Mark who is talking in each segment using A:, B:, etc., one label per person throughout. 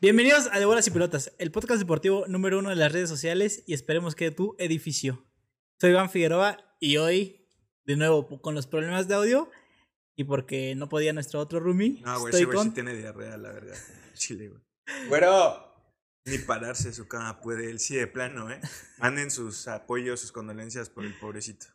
A: Bienvenidos a De Bolas y Pelotas, el podcast deportivo número uno de las redes sociales y esperemos que de tu edificio. Soy Iván Figueroa y hoy, de nuevo, con los problemas de audio y porque no podía nuestro otro roomie,
B: No, güey,
A: estoy
B: ese güey sí
A: con...
B: tiene diarrea, la verdad. Chile, güey.
C: Güero,
B: Ni pararse de su cama puede él, sí, de plano, ¿eh? Manden sus apoyos, sus condolencias por el pobrecito.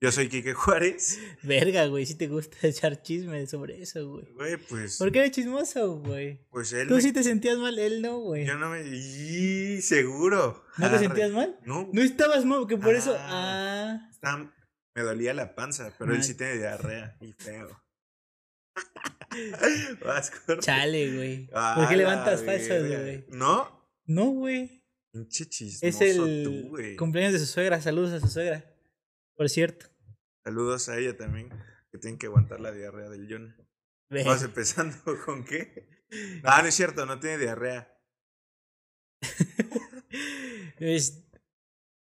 B: Yo soy Quique Juárez.
A: Verga, güey, si te gusta echar chisme sobre eso, güey.
B: Güey, pues.
A: ¿Por qué eres chismoso, güey?
B: Pues él.
A: Tú
B: me-
A: sí te sentías mal, él no, güey.
B: Yo no me. Y seguro.
A: ¿No te
B: Arre.
A: sentías mal?
B: No,
A: No estabas mal, que por eso... Ah,
B: Ah. está- me dolía la panza, pero él
A: Mal.
B: sí tiene diarrea. Y feo. Vasco.
A: chale, güey.
B: Ah,
A: ¿Por qué
B: la
A: levantas falsas,
B: verga.
A: güey?
B: No,
A: No, güey.
B: pinche chismoso
A: Es
B: tú,
A: el
B: güey.
A: cumpleaños de su suegra. Saludos a su suegra. Por cierto.
B: Saludos a ella también, que tienen que aguantar la diarrea del Jonah.
A: Ve.
B: Vamos empezando con qué. Ah, no es cierto, no tiene diarrea.
A: Es-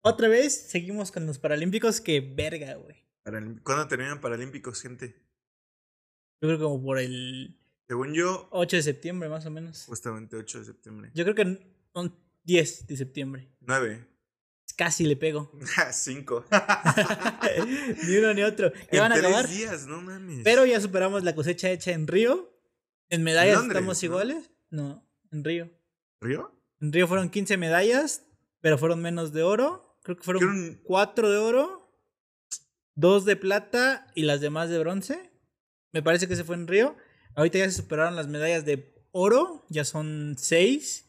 A: Otra vez seguimos con los Paralímpicos. Que verga, güey.
B: Paralim- ¿Cuándo terminan Paralímpicos, gente?
A: Yo creo como por el
B: Según yo,
A: 8 de septiembre, más o menos.
B: justamente 8 de septiembre.
A: Yo creo que son 10 de septiembre.
B: 9,
A: Casi le pego.
B: 5.
A: ni uno ni otro. Ya van a acabar.
B: días, no mames.
A: Pero ya superamos la cosecha hecha en Río. En medallas
B: Londres,
A: estamos
B: ¿no?
A: iguales. no en Río.
B: ¿Río?
A: En Río fueron 15 medallas, pero fueron menos de oro. Creo que fueron
B: Fueron-
A: 4 de oro, 2 de plata y las demás de bronce. Me parece que se fue en Río. Ahorita ya se superaron las medallas de oro, ya son 6.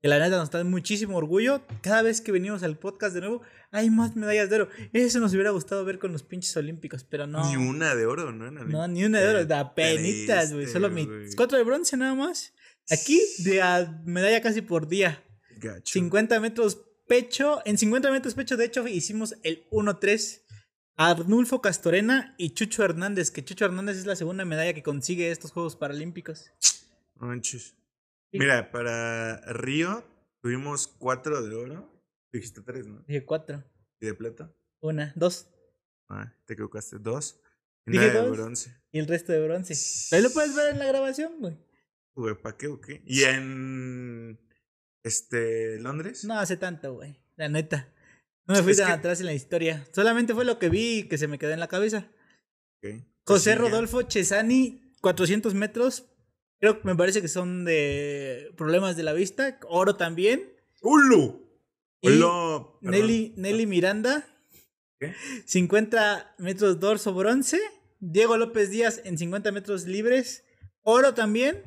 A: Que la neta nos da muchísimo orgullo. Cada vez que venimos al podcast de nuevo, hay más medallas de oro. Eso nos hubiera gustado ver con los pinches olímpicos, pero no.
B: Ni una de oro, ¿no? En Olim-
A: No, ni una de oro,
B: Eh,
A: da penitas, güey.
B: triste,
A: Solo mi
B: güey.
A: cuatro de bronce nada más. Aquí de a medalla casi por día.
B: Gacho.
A: 50 metros pecho. En 50 metros pecho, de hecho, hicimos el 1-3. Arnulfo Castorena y Chucho Hernández, que Chucho Hernández es la segunda medalla que consigue estos Juegos Paralímpicos.
B: No manches.
A: Sí.
B: Mira, para Río tuvimos 4 de oro. Dijiste 3, ¿no?
A: Dije cuatro.
B: ¿Y de plata?
A: Una, dos.
B: Ah, te equivocaste. Dos. Y
A: Dije
B: una de
A: dos.
B: bronce.
A: Y el resto de bronce. Ahí lo puedes ver en la grabación, güey.
B: Güey, ¿pa' qué o qué? ¿Y en este Londres?
A: No hace tanto, güey. La neta. No me fui
B: Es
A: tan
B: que-
A: atrás en la historia. Solamente fue lo que vi y que se me quedó en la cabeza.
B: Ok. Pues
A: José
B: sí, ya.
A: Rodolfo Chesani, 400 metros. Creo que me parece que son de problemas de la vista. Oro también.
B: ¡Hulu!
A: Y
B: ¡Hulu! Perdón.
A: Nelly, Nelly Miranda.
B: ¿Qué?
A: 50 metros dorso bronce. Diego López Díaz en 50 metros libres. Oro también.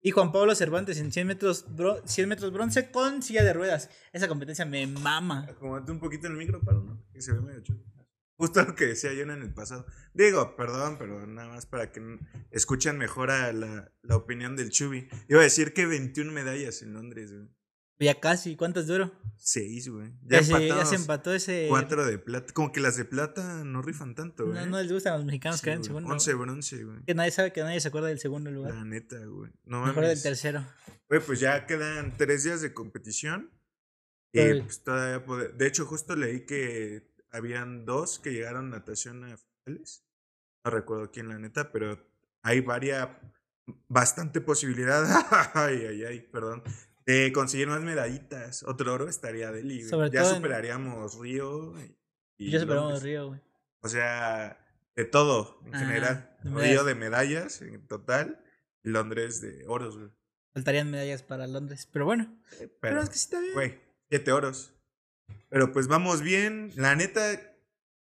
A: Y Juan Pablo Cervantes en 100 metros, bro- 100 metros bronce con silla de ruedas. Esa competencia me mama.
B: Acomódate un poquito el micro, paro, ¿no? Que se ve medio chulo. Justo lo que decía yo en el pasado. Digo, perdón, pero nada más para que n- escuchen mejor a la, la opinión del Chubi. Iba a decir que 21 medallas en Londres, güey.
A: Ya casi, ¿cuántas de oro?
B: Seis, güey. Ya,
A: Ya, se, ya
B: empatados.
A: se empató ese.
B: Cuatro de plata. Como que las de plata no rifan tanto, ¿eh? güey.
A: no, no les gustan a los mexicanos que quedan en segundo.
B: 11 bronce, güey.
A: Que nadie sabe que nadie se acuerda del segundo lugar.
B: La neta, güey. No
A: Mejor del
B: mames.
A: tercero.
B: Güey, pues ya quedan tres días de competición. Y
A: Ey.
B: pues todavía puede- De hecho, justo leí que habían dos que llegaron natación a finales. No recuerdo quién, la neta, pero hay varias. Bastante posibilidad. ay, ay, ay, perdón. De conseguir más medallitas. Otro oro estaría del güey.
A: Sobre
B: Ya
A: todo en-
B: superaríamos Río. y- Y,
A: ya superamos
B: Londres.
A: Río, güey.
B: O sea, de todo, en
A: Ah,
B: general.
A: de
B: Río
A: medallas.
B: de medallas en total. y Londres de oros, güey.
A: Faltarían medallas para Londres. Pero bueno.
B: Pero,
A: Pero es que sí está bien.
B: Güey, siete oros. Pero pues vamos bien. La neta,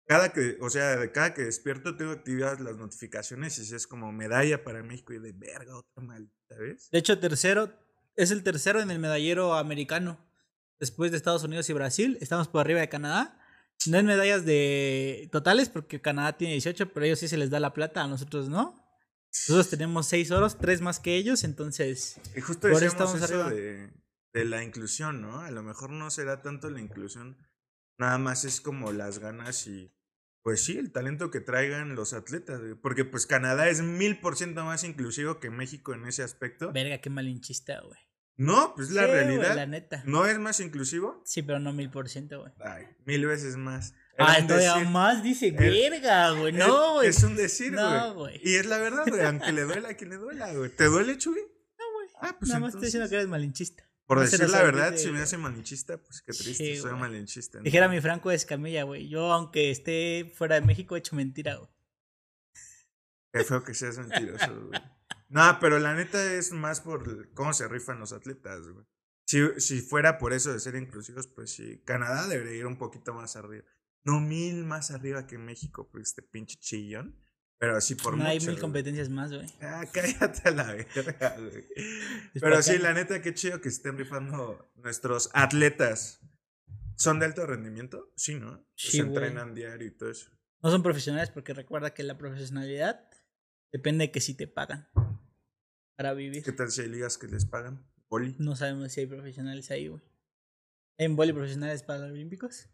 B: cada que, o sea, cada que despierto tengo activadas las notificaciones y si es como medalla para México y de verga, otra maldita, ¿ves?
A: De hecho, tercero, es el tercero en el medallero americano. Después de Estados Unidos y Brasil, estamos por arriba de Canadá. No en medallas de totales, porque Canadá tiene 18, pero a ellos sí se les da la plata, a nosotros no. Nosotros tenemos 6 oros, 3 más que ellos, entonces...
B: Y justo
A: Por eso
B: decíamos
A: estamos
B: eso
A: arriba.
B: de, de la inclusión, ¿no? A lo mejor no será tanto la inclusión, nada más es como las ganas y, pues sí, el talento que traigan los atletas, güey. porque pues Canadá es mil por ciento más inclusivo que México en ese aspecto.
A: Verga, qué malinchista, güey.
B: No, pues la
A: Sí, güey,
B: realidad.
A: La neta.
B: ¿No es más inclusivo?
A: Sí, pero no mil por ciento, güey.
B: Ay, mil veces más. Era
A: Ah,
B: un
A: todavía
B: decir.
A: más dice, verga, güey.
B: Es-
A: No, güey.
B: Es un decir, güey.
A: No, güey.
B: Y es la verdad, güey. Aunque le duela a quien le duela, güey. ¿Te duele, Chuy?
A: No, güey.
B: Ah, pues
A: Nada más estoy
B: entonces,
A: diciendo que eres malinchista.
B: Por
A: no se
B: decir
A: les
B: la verdad,
A: olvide,
B: si me
A: güey.
B: hace malinchista, pues qué triste,
A: Sí,
B: soy
A: güey.
B: malinchista. ¿no?
A: Dijera mi Franco Escamilla, güey. Yo, aunque esté fuera de México, he hecho mentira, güey.
B: Qué feo que seas mentiroso, güey. No, pero la neta es más por cómo se rifan los atletas, güey. Si, si fuera por eso de ser inclusivos, pues sí, Canadá debería ir un poquito más arriba. No mil más arriba que México, pues este pinche chillón. Pero sí por
A: no hay
B: mucho,
A: mil
B: güey.
A: competencias más, güey.
B: Ah, cállate a la verga, güey. Pero
A: Despachando.
B: sí, la neta, qué chido que estén rifando nuestros atletas. ¿Son de alto rendimiento? Sí, ¿no?
A: Sí,
B: se
A: güey.
B: entrenan diario y todo eso.
A: No son profesionales porque recuerda que la profesionalidad depende de que si te pagan para vivir.
B: ¿Qué tal si hay ligas que les pagan? Poli.
A: No sabemos si hay profesionales ahí, güey. ¿En vóley profesionales paralímpicos?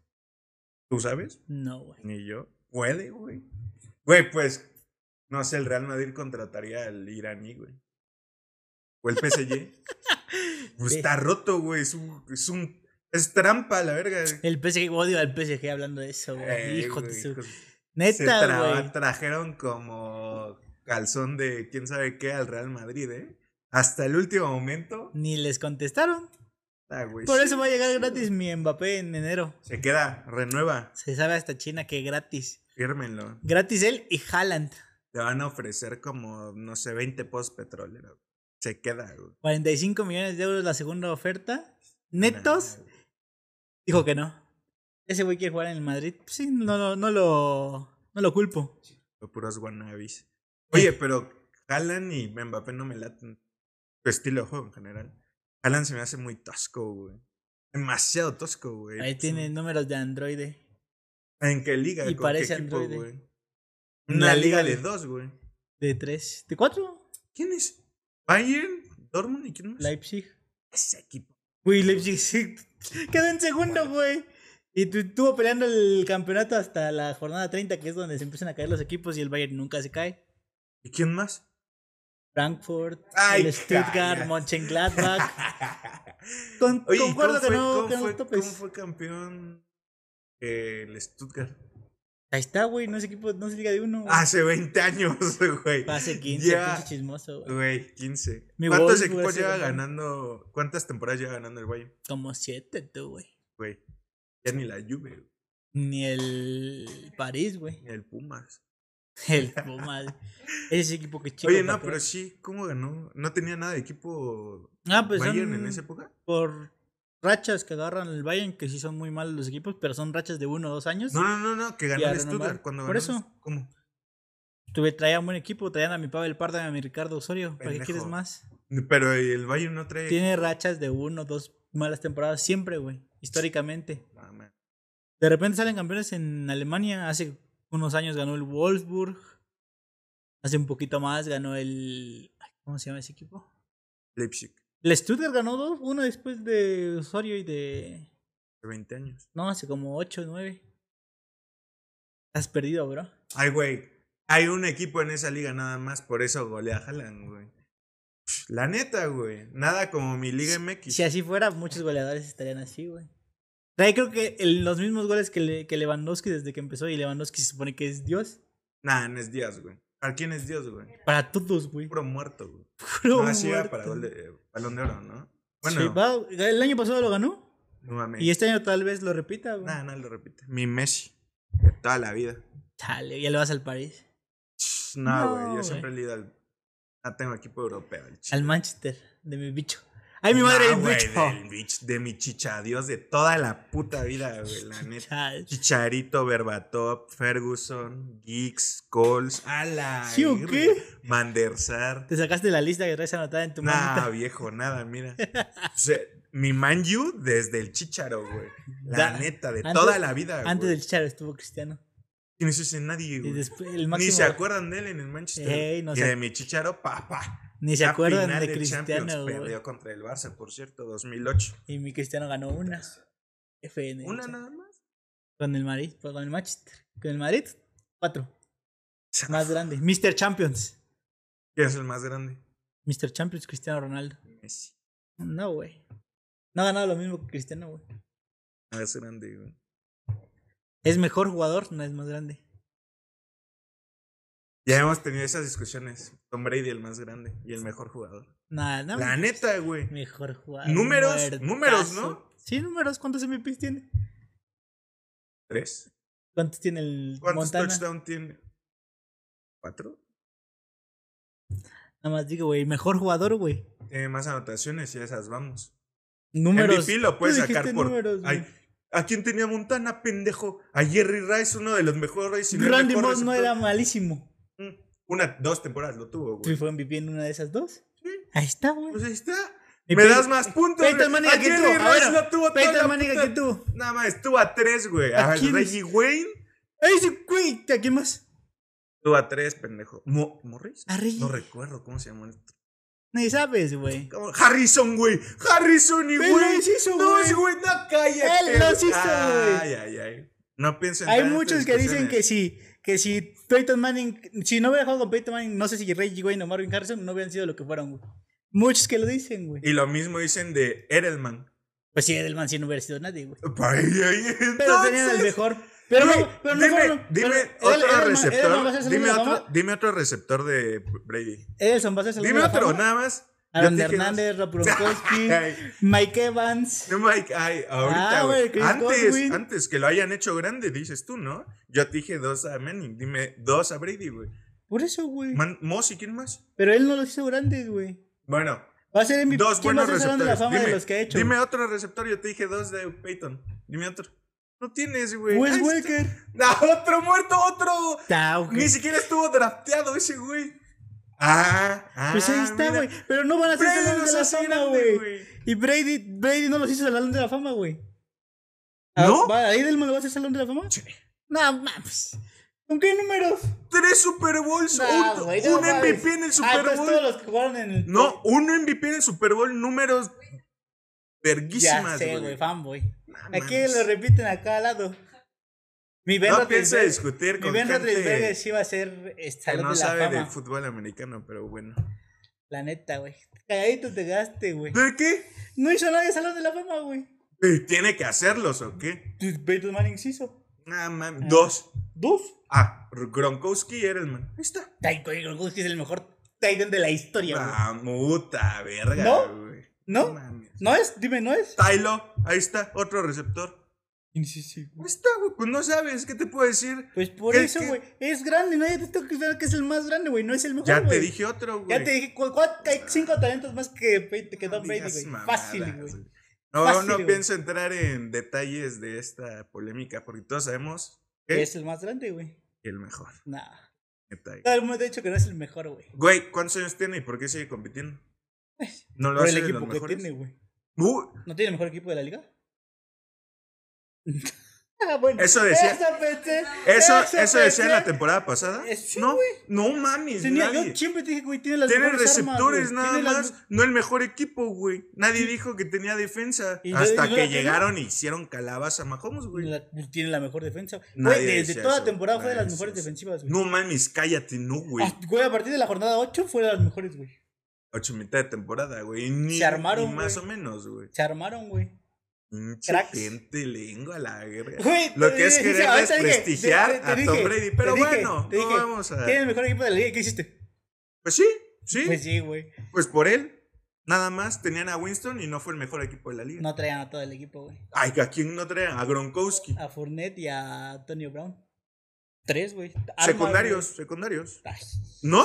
B: ¿Tú sabes?
A: No, güey.
B: Ni yo. Puede, güey. Güey, pues, no sé, el Real Madrid contrataría al iraní, güey. O el PSG. pues
A: Ve.
B: está roto, güey. Es un, es un. Es trampa, la verga.
A: El PSG, odio al PSG hablando de eso, güey.
B: Eh,
A: Hijo de
B: güey,
A: su-
B: hijo- se
A: Neta,
B: traba-
A: güey.
B: trajeron como calzón de quién sabe qué al Real Madrid, ¿eh? Hasta el último momento.
A: Ni les contestaron.
B: Ah, güey,
A: Por
B: sí,
A: eso va a llegar
B: sí,
A: gratis
B: güey.
A: mi Mbappé en enero.
B: Se queda, renueva,
A: Se sabe hasta China que gratis.
B: fírmenlo.
A: Gratis él y Haaland.
B: Te van a ofrecer como, no sé, 20 post petroleros. Se queda, güey.
A: 45 millones de euros la segunda oferta. Netos.
B: Nah, güey.
A: Dijo que no. Ese güey quiere jugar en el Madrid. Pues sí, no, lo- no lo. No lo culpo.
B: Los puros wannabes. Oye, pero Haaland y Mbappé no me laten. Tu estilo de juego en general. Haaland se me hace muy tosco, güey. Demasiado tosco, güey.
A: Ahí
B: Sí.
A: tiene números de Android.
B: ¿En qué liga?
A: Y
B: ¿Con
A: parece
B: qué equipo,
A: androide.
B: güey?
A: En
B: Una
A: la
B: liga
A: liga
B: de
A: de-
B: dos, güey.
A: De 3. ¿De 4?
B: ¿Quién es? ¿Bayern? ¿Dortmund? ¿Y quién más?
A: Leipzig.
B: Ese equipo.
A: Güey, Leipzig sí. Quedó en segundo, güey. Y tu- estuvo peleando el campeonato hasta la jornada 30, que es donde se empiezan a caer los equipos y el Bayern nunca se cae.
B: ¿Y quién más?
A: Frankfurt,
B: Ay,
A: el Stuttgart,
B: calla.
A: Mönchengladbach. Con-
B: Oye, ¿y
A: concuerdo que
B: fue,
A: no-
B: cómo
A: que no pues
B: fue-
A: topes.
B: cómo fue campeón eh, el Stuttgart?
A: Ahí está, güey. No es equipo, no se diga de uno. güey.
B: Hace 20 años, güey.
A: Hace 15,
B: Ya,
A: pinche chismoso, güey.
B: güey, 15.
A: Mi
B: ¿Cuántos
A: Wolfsburg
B: equipos
A: hace
B: lleva
A: campeón.
B: ganando? ¿Cuántas temporadas lleva ganando el Bayern?
A: Como siete, tú, güey.
B: Güey, ya ni la Juve, güey,
A: Ni el París, güey.
B: ni el Pumas.
A: El Pumas. Ese equipo que chico.
B: Oye, no,
A: papel.
B: pero sí, ¿cómo ganó? ¿No tenía nada de equipo
A: Ah, pues
B: Bayern
A: son
B: en esa época?
A: por rachas que agarran el Bayern, que sí son muy malos los equipos, pero son rachas de uno o dos años.
B: No, no, no, no, que ganó
A: a
B: el
A: renovar.
B: Stuttgart cuando
A: Por
B: ganó.
A: eso.
B: el- ¿Cómo?
A: Tuve, traían buen equipo, traían a mi Pavel Parda y a mi Ricardo Osorio. ¿Para qué
B: Pendejo.
A: quieres más?
B: Pero el Bayern no trae.
A: Tiene rachas de uno, dos malas temporadas siempre, güey. Históricamente.
B: Ah, man.
A: De repente salen campeones en Alemania. Hace unos años ganó el Wolfsburg. Hace un poquito más ganó el. ay, ¿Cómo se llama ese equipo?
B: Leipzig,
A: El Stuttgart ganó dos, uno después de Osorio y de.
B: hace 20 años.
A: No, hace como 8 9. Has perdido, bro.
B: Ay, güey. Hay un equipo en esa liga nada más, por eso golea a Haaland, güey. Psh, La neta, güey. Nada como mi Liga MX.
A: Si así fuera, muchos goleadores estarían así, güey. Trae creo que el- los mismos goles que, le- que Lewandowski desde que empezó. Y Lewandowski se supone que es Dios.
B: Nah, no es Dios, güey. ¿Para quién es Dios, güey?
A: Para todos, güey.
B: Puro muerto, güey.
A: Puro
B: No, así va
A: muerto.
B: para gol de, eh, balón de oro, ¿no?
A: Sí,
B: Bueno,
A: va, el año pasado lo ganó.
B: no mames.
A: Y este año tal vez lo repita, güey.
B: Nah, no lo repite. Mi Messi. De toda la vida.
A: Chale, ya le vas al París.
B: Psh, No,
A: No,
B: güey. yo
A: güey.
B: siempre le he ido al. Ah, tengo equipo europeo, el
A: Al
B: chico.
A: Manchester, de mi bicho. ¡Ay, mi madre,
B: No,
A: mi
B: güey,
A: bicho!
B: del bitch, de mi chicha, Dios, de toda la puta vida, güey, la neta.
A: Chale.
B: Chicharito, Berbatov, Ferguson, Geeks, Coles, ala,
A: ¿Sí o qué?
B: Mandersar.
A: Te sacaste la lista que traes anotada en tu
B: Nah,
A: mano.
B: viejo, nada, mira. O sea, mi Manju desde el Chicharo, güey. La
A: Da-
B: neta, de
A: antes-
B: toda la vida, güey.
A: Antes del Charo estuvo Cristiano.
B: Y no se dice nadie,
A: Y
B: güey.
A: después, el máximo.
B: Ni se acuerdan de él en el Manchester.
A: Ey, no
B: y
A: se-
B: de mi Chicharo, papá.
A: Ni se
B: La
A: acuerdan
B: final
A: de
B: Champions
A: Cristiano, güey.
B: Perdió contra el Barça, por cierto, 2008.
A: Y mi Cristiano ganó una. FN.
B: Una
A: o sea,
B: nada más.
A: Con el Madrid, pues, con el Manchester. Con el Madrid, cuatro. Más grande. Mr. Champions.
B: ¿Quién es el más grande?
A: Mr. Champions, Cristiano Ronaldo.
B: Messi.
A: No, güey. No ha ganado lo mismo que Cristiano, güey.
B: Más Ah, grande, güey.
A: Es mejor jugador, no es más grande.
B: Ya hemos tenido esas discusiones. Tom Brady, el más grande y el mejor jugador.
A: Nada, nada.
B: La neta, güey.
A: Mejor jugador.
B: Números, números, ¿no?
A: Sí, números. ¿Cuántos MVPs tiene?
B: ¿Tres?
A: ¿Cuántos tiene el
B: ¿Cuántos
A: Montana?
B: touchdowns tiene? ¿Cuatro?
A: Nada más digo, güey, mejor jugador, güey.
B: Tiene más anotaciones y a esas vamos.
A: Números.
B: MVP lo
A: Tú
B: puedes
A: dijiste
B: sacar por.
A: números, güey.
B: Ay, ¿A quién tenía Montana, pendejo? A Jerry Rice, uno de los mejores. si no el
A: Randy
B: mejor
A: Moss no
B: receptor.
A: era malísimo.
B: Mm, Una, dos temporadas lo tuvo,
A: ¿Tú
B: güey.
A: fue MVP en una de esas dos?
B: Sí.
A: Ahí está, güey.
B: Pues ahí está.
A: Y
B: Me
A: Pey-
B: das más puntos.
A: Peyton
B: güey.
A: Manning
B: A
A: que
B: Jerry
A: tú.
B: Rice
A: Ahora,
B: no tuvo toda
A: Peyton
B: la
A: Manning
B: puta-
A: que tú.
B: Nada más, estuvo a tres, güey.
A: ¿A
B: A
A: quién?
B: Reggie Wayne.
A: Ahí sí, güey. ¿A quién más?
B: Estuvo a tres, pendejo. Mo- ¿Morris?
A: A Reggie.
B: No recuerdo cómo se llamó el.
A: Nadie sabes, güey.
B: ¿Cómo? Harrison, güey. Harrison y
A: Él
B: güey.
A: los hizo,
B: No,
A: güey.
B: es güey, no cállate.
A: Él los
B: güey.
A: hizo,
B: Ay, ay, ay. No pienso en
A: Hay
B: tantas
A: muchos que dicen que
B: discusiones.
A: sí. Que si Peyton Manning, si no hubiera jugado con Peyton Manning, no sé si Reggie Wayne o Marvin Harrison no hubieran sido lo que fueron, güey. Muchos que lo dicen, güey.
B: Y lo mismo dicen de Edelman.
A: Pues sí, Edelman sí no hubiera sido nadie, güey.
B: Ay, ay,
A: Pero tenían el
B: entonces,
A: mejor. Pero
B: güey,
A: no, pero no
B: dime,
A: fueron-
B: dime
A: pero
B: otro
A: Edelman-
B: receptor.
A: Edelman va a hacerse
B: dime,
A: la
B: otro,
A: fama.
B: dime otro receptor de Brady.
A: Edelson va a hacerse la
B: Dime
A: fama.
B: otro, nada más. Yo
A: Aaron
B: te dije dos.
A: Hernández, Rob Gronkowski,
B: Ay,
A: Mike Evans.
B: no, Mike, ay, ahorita,
A: Ah, güey,
B: güey.
A: Chris Godwin.
B: antes, antes que lo hayan hecho grande, dices tú, ¿no? Yo te dije dos a Manning, dime dos a Brady, güey.
A: Por eso, güey.
B: Man- Moss y quién más.
A: Pero él no lo hizo grande, güey.
B: Bueno,
A: Va a ser MVP.
B: dos
A: ¿Quién va a
B: buenos
A: ser Salón de
B: receptores.
A: la fama
B: dime,
A: de los que ha hecho?
B: dime otro receptor, yo te dije dos de Peyton. Dime otro. No tienes, güey.
A: Wes
B: Ay,
A: Welker.
B: está- No, otro muerto, otro.
A: Está, ok.
B: Ni siquiera estuvo drafteado ese güey. Ah, ah.
A: Pues ahí está,
B: mira.
A: güey. Pero no van a ser
B: Brady
A: Salón de
B: los
A: la
B: hace
A: Fama,
B: grande,
A: güey.
B: güey.
A: Y Brady, Brady no los hizo Salón de la Fama, güey. Ah,
B: ¿No?
A: ¿Va, ¿A Edelman lo va a hacer Salón de la Fama?
B: Sí.
A: No, mames. ¿Con qué números?
B: Tres Super Bowls.
A: No,
B: un
A: güey, no
B: un
A: mames.
B: MVP en el
A: Ah,
B: Super
A: entonces
B: Bowl.
A: todos los que jugaron en el...
B: No, un MVP en el Super Bowl, números
A: Ya
B: verguísimas,
A: sé,
B: güey.
A: güey, fanboy.
B: No
A: Aquí
B: mames.
A: lo repiten a cada lado. Mi Ben
B: No pienso
A: Roethlisberger-
B: discutir
A: Mi
B: con
A: Ben Roethlisberger
B: gente
A: sí va a ser eh,
B: que
A: Salón
B: no
A: de la
B: sabe
A: Fama.
B: de fútbol americano, pero bueno.
A: La neta, güey. Cagadito te quedaste, güey.
B: ¿De qué?
A: No hizo nadie Salón de la Fama, güey.
B: Eh, ¿Tiene que hacerlos o qué?
A: Pues Peyton Manning sí hizo.
B: Ah, mames. Dos.
A: Dos.
B: Ah, Gronkowski y Edelman. Ahí está.
A: Ty Gronkowski es el mejor Titan de la historia, güey.
B: Ah, puta verga,
A: ¿No?
B: güey.
A: ¿No?
B: mames.
A: ¿No es? Dime, ¿no es?
B: Tylo, ahí está, otro receptor.
A: Sí, sí.
B: Ahí está, güey. Pues no sabes, ¿qué te puedo decir?
A: Pues por
B: ¿Qué-
A: eso,
B: qué?
A: güey. Es grande, nadie te tengo que ver que es el más grande, güey. No es el mejor,
B: Ya te
A: güey.
B: dije otro, güey.
A: Ya te dije, cu- cuat- hay cinco talentos más que, Pey- que
B: No
A: Tom Brady,
B: digas
A: güey.
B: mamadas,
A: Fácil, güey.
B: No,
A: Fácil,
B: no
A: güey.
B: pienso entrar en detalles de esta polémica, porque todos sabemos que
A: Es el más grande, güey.
B: el mejor.
A: Nah.
B: neta, güey.
A: Todo el mundo ha dicho que no es el mejor, güey.
B: Güey, ¿cuántos años tiene y por qué sigue compitiendo? No lo
A: Por el
B: hace de los
A: equipo que
B: mejores.
A: tiene, güey.
B: Uh,
A: ¿No tiene el mejor equipo de la liga? Ah, bueno,
B: Eso decía-
A: Eso, pensé,
B: eso, eso decía en la
A: pensé.
B: temporada pasada.
A: Eh, sí,
B: no,
A: güey.
B: no mames.
A: Tenía-
B: nadie.
A: yo siempre te dije, güey, tiene las
B: Tiene
A: mejores armas,
B: receptores
A: güey.
B: nada
A: Tiene las-
B: más, no el mejor equipo, güey. Nadie dijo que tenía defensa.
A: Y no- y
B: Hasta
A: no la
B: que
A: tenía.
B: llegaron y hicieron calabaza a Mahomes, güey.
A: la- tiene la mejor defensa.
B: Nadie
A: Güey, desde
B: decía
A: toda la
B: eso,
A: temporada fue de
B: nadie
A: las mejores
B: decía eso.
A: defensivas, güey.
B: No mames, cállate, no, güey.
A: Ah, Güey, a partir de la jornada 8 fue de las mejores, güey.
B: Ocho y mitad de temporada, güey. Ni,
A: Se armaron,
B: ni más
A: güey.
B: o menos, güey.
A: Se armaron, güey.
B: Pinche
A: Cracks.
B: gente lengua la verga.
A: Güey,
B: Lo
A: te-
B: que es
A: te-
B: querer
A: ahorita dije,
B: desprestigiar
A: te- te- te
B: a
A: dije,
B: Tom Brady.
A: te
B: Pero
A: dije,
B: bueno,
A: te
B: no
A: dije,
B: vamos a.
A: Tiene el mejor equipo de la liga. ¿Qué hiciste?
B: Pues sí, sí.
A: Pues
B: Pues,
A: sí, güey.
B: por él. Nada más tenían a Winston y no fue el mejor equipo de la liga.
A: No traían a todo el equipo, güey.
B: Ay, ¿a quién no traían? A Gronkowski.
A: A Fournette y a Antonio Brown. Tres, güey. Armas,
B: secundarios, secundarios.
A: güey. Ay.
B: ¿No?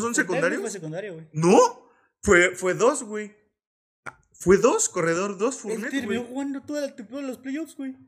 A: Fournette
B: son
A: Fue
B: secundarios?
A: secundario, güey.
B: No. Fue, fue dos, güey. Ah, Fue dos, corredor dos,
A: Él
B: Fournette,
A: terminó
B: güey.
A: jugando toda la temporada de los playoffs, güey.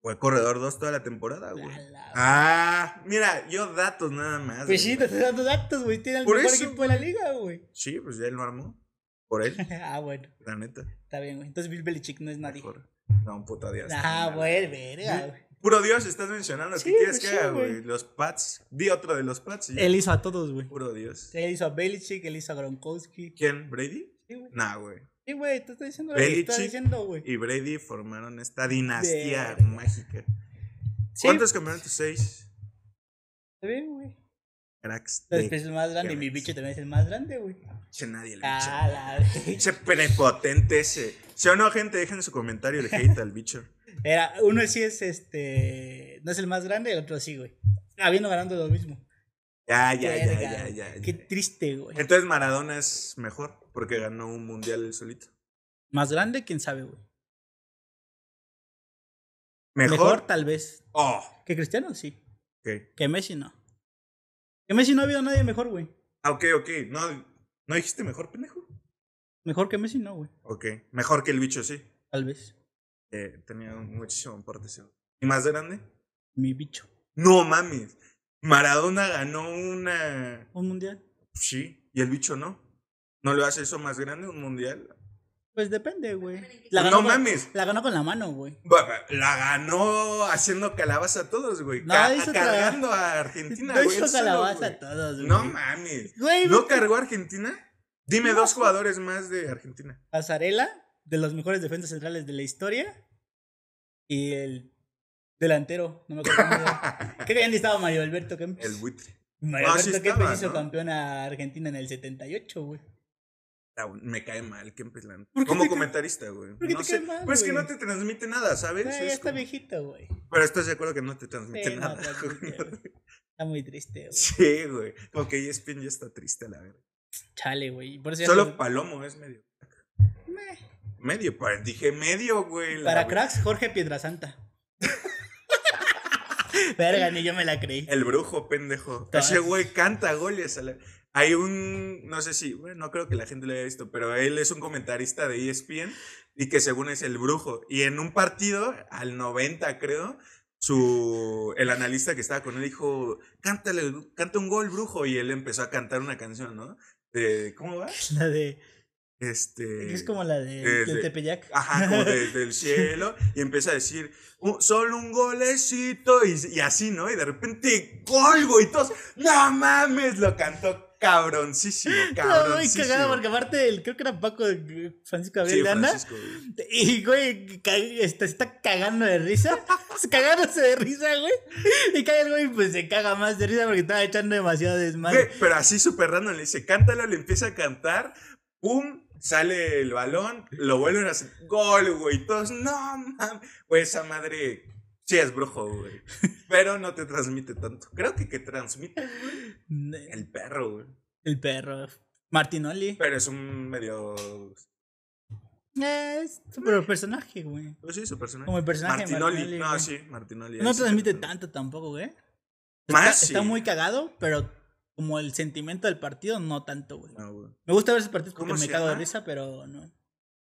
B: Fue corredor dos toda la temporada, güey.
A: A la-
B: Ah, mira, yo datos nada más.
A: Pues sí,
B: güey.
A: te estoy dando datos, güey. Tiene el
B: Por
A: mejor
B: eso,
A: equipo de la liga, güey.
B: Sí, pues ya él lo armó. Por él,
A: ah, bueno.
B: la neta.
A: Está bien, güey. Entonces Bill Belichick no es nadie.
B: Mejor. No, un puta Dios.
A: Ah, güey, verga, güey.
B: Puro Dios, estás mencionando.
A: Sí,
B: ¿Qué
A: pues
B: quieres que
A: sí,
B: haga,
A: güey.
B: güey? Los Pats. Di otro de los Pats. y ya.
A: Él hizo a todos, güey.
B: Puro Dios.
A: Él hizo a Belichick, él hizo a Gronkowski.
B: ¿Quién? ¿Brady?
A: Sí, güey.
B: Nah, güey.
A: Sí, güey, te estoy diciendo lo que estás
B: Belichick
A: diciendo, güey.
B: Y Brady formaron esta dinastía
A: Verga.
B: mágica.
A: Sí,
B: ¿Cuántos campeonatos? Seis.
A: está bien, güey.
B: Cracks.
A: Entonces,
B: de
A: pues, es el más grande y mi bicho también es el más grande, güey.
B: pinche nadie el bicho.
A: Ah, la
B: Pinche prepotente ese. Si o no, gente, dejen su comentario el hate al bicho.
A: Era, uno sí es este. No es el más grande, el otro sí, güey. Habiendo ganando Ah, lo mismo.
B: Ya, ya, ya,
A: Verga,
B: ya, ya, ya.
A: Qué triste, güey.
B: Entonces Maradona es mejor porque ganó un mundial él solito.
A: Más grande, quién sabe, güey.
B: ¿Mejor?
A: Mejor, tal vez.
B: Oh,
A: Que Cristiano, sí.
B: ok.
A: Que Messi, no. Que Messi no ha habido nadie mejor, güey.
B: Ah, ok, ok. No, ¿No dijiste mejor, pendejo?
A: Mejor que Messi, no, güey.
B: Ok. Mejor que el bicho, sí.
A: Tal vez.
B: Eh, tenía muchísimo parte, sí. ¿Y más grande?
A: Mi bicho.
B: No mames. Maradona ganó una.
A: Un mundial.
B: Sí, y el bicho no. ¿No lo hace eso más grande un mundial?
A: Pues depende, güey.
B: no
A: con-
B: mames.
A: La ganó con la mano, güey.
B: Ba- ba- La ganó haciendo calabaza a todos, güey.
A: No,
B: Ca-
A: hizo
B: cargando a Argentina,
A: No
B: güey.
A: hizo
B: él solo,
A: calabaza
B: güey.
A: a todos, güey.
B: No mames.
A: Güey,
B: ¿No cargó a Argentina? Dime
A: No.
B: dos jugadores más de Argentina.
A: Pasarela, de los mejores defensas centrales de la historia. Y el delantero, no me acuerdo cómo era. Creo que ya ni estaba Mario Alberto Kempes.
B: El buitre.
A: Mario
B: Ah, sí
A: Alberto Kempes
B: estaba,
A: hizo
B: ¿no?
A: campeón a Argentina en el 78, güey.
B: Ah, Me cae mal Kempes Land.
A: ¿Por qué
B: Como
A: te cae-
B: comentarista, güey.
A: por qué
B: No
A: te
B: sé.
A: cae mal,
B: Pues es que
A: güey?
B: no te transmite nada, ¿sabes?
A: Güey, ya
B: Es
A: está
B: como-
A: viejito, güey.
B: Pero estás de acuerdo que no te
A: Sí,
B: transmite
A: no,
B: nada.
A: transmite,
B: güey.
A: güey. está muy triste, güey.
B: Sí, güey. Como que ESPN ya está triste, la verdad.
A: Chale, güey. Por eso ya
B: Solo
A: se-
B: Palomo es medio.
A: Meh.
B: Medio, pa- dije medio, güey. la
A: Para
B: verdad.
A: cracks, Jorge Piedrasanta. Verga, ni yo me la creí.
B: El brujo, pendejo.
A: Todas.
B: Ese güey canta goles. a la- Hay un, no sé si, bueno, no creo que la gente lo haya visto, pero él es un comentarista de E ESPN y que según es el brujo. Y en un partido, al 90 creo, su, el analista que estaba con él dijo, cántale, canta un gol, brujo. Y él empezó a cantar una canción, ¿no? De, ¿Cómo va?
A: La de.
B: Este...
A: Es como la de,
B: eh,
A: del
B: de-
A: Tepeyac.
B: Ajá, como desde el cielo. Y empieza a decir, "Un- solo un golecito. Y, y así, ¿no? Y de repente, gol, güey. Y todos, no mames, lo cantó cabroncísimo,
A: Estaba muy
B: cabroncísimo.
A: cagado porque aparte el, creo que era Paco eh, Francisco Gabriel
B: Sí,
A: de Anda.
B: Francisco, güey.
A: Y güey, ca- este, se está cagando de risa. Se cagándose de risa, güey. Y cae el güey, pues se caga más de risa porque estaba echando demasiado
B: Güey,
A: desmadre.
B: pero así súper random, le dice, cántalo, le empieza a cantar, pum, sale el balón, lo vuelven a hacer, gol, güey, y todos, no mames, güey, esa madre, sí es brujo, güey, pero no te transmite tanto, creo que que transmite
A: El,
B: el perro, güey.
A: perro. Martinoli.
B: Pero es un medio.
A: Eh, Es su propio personaje, güey.
B: Pues sí, su personaje.
A: Como el personaje de
B: Martinoli.
A: Martinoli,
B: No,
A: güey.
B: sí, Martinoli. ahí
A: No
B: sí
A: transmite
B: te-
A: tanto tampoco, güey.
B: Más
A: Está,
B: sí.
A: está muy cagado, pero como el sentimiento del partido, no tanto, güey.
B: No, güey.
A: Me gusta ver esos partidos porque
B: ¿Cómo
A: me
B: se
A: cago de
B: llama?
A: risa, pero no.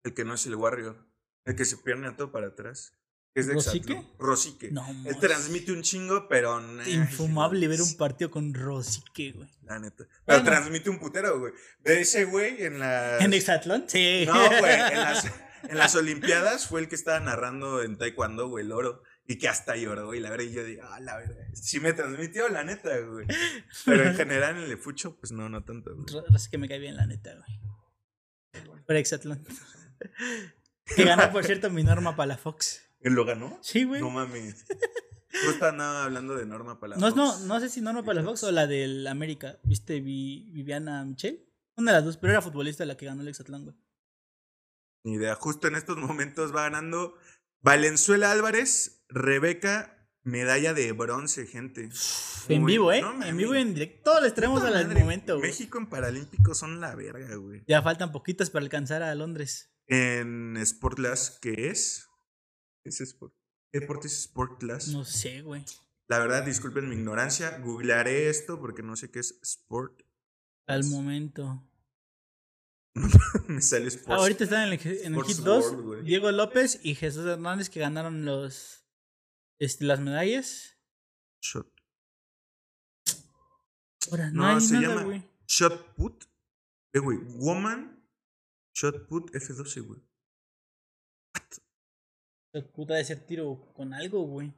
B: El que no es el Warrior. El que se pierde a todo para atrás. Es de
A: ¿Rosique?
B: Exatlón. Rosique.
A: No,
B: Él
A: mos-
B: transmite un chingo, pero. nah,
A: Infumable ver un
B: sí,
A: partido con Rosique, güey.
B: La neta. Pero
A: Bueno.
B: transmite un putero, güey. De ese güey en las.
A: ¿En Exatlón? Sí.
B: Ah, No, güey. En las, en las Olimpiadas fue el que estaba narrando en Taekwondo, güey, el oro. Y que hasta lloró, güey. La verdad, y yo digo, ah, la verdad. Sí me transmitió, la neta, güey. Pero en general en el fucho, pues no, no tanto. güey.
A: Ro- Rosique me cae bien, la neta, güey. Por Exatlón. que ganó, por cierto, mi norma para la Fox.
B: ¿Él lo ganó?
A: Sí, güey.
B: No mames. No está nada hablando de Norma
A: No,
B: Palafox.
A: no, no sé si Norma para la Fox o la del América. ¿Viste Vi- Viviana Michelle? Una de las dos, pero era futbolista la que ganó el Exatlón, güey.
B: Ni idea. Justo en estos momentos va ganando Valenzuela Álvarez, Rebeca, medalla de bronce, gente.
A: En
B: Uy,
A: vivo, ¿eh?
B: no mames.
A: en vivo y en directo. Les traemos
B: Puta
A: al
B: madre,
A: momento, güey.
B: México en Paralímpicos son la verga, güey.
A: Ya faltan poquitas para alcanzar a Londres.
B: En Sportlass, ¿qué es? ¿Es Sport? ¿Qué deporte es Sportlass?
A: No sé, güey.
B: La verdad, disculpen mi ignorancia. Googlearé esto porque no sé qué es Sport. Pues,
A: Al momento. Ah,
B: Me sale Sport.
A: Ahorita están en el, en el
B: Sports
A: Hit 2.
B: World, güey.
A: Diego López y Jesús Hernández que ganaron los este, las medallas.
B: Shot.
A: Ahora, no,
B: No,
A: hay
B: se
A: nada,
B: llama
A: güey.
B: Shot Put. Eh, güey. Woman Shot Put F12, güey.
A: La Puta de ser tiro con algo, güey.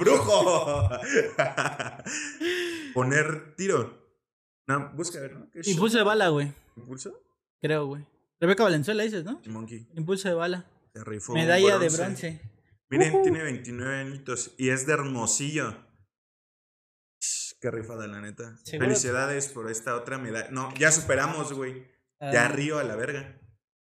B: ¡Brujo! Poner tiro. No, busca a ver, ¿no? ¿Qué es
A: Impulso de bala, güey.
B: shot? ¿Impulso?
A: Creo, güey. Rebeca Valenzuela dices, ¿no?
B: Monkey.
A: Impulso de bala.
B: Se rifó un
A: Medalla de bronce.
B: Miren,
A: Ujú.
B: tiene 29 añitos y es de Hermosillo. Sh, Qué rifada, la neta.
A: Seguro-
B: Felicidades por esta otra medalla. No, ya superamos, güey. Ya
A: Ah,
B: Río a la verga.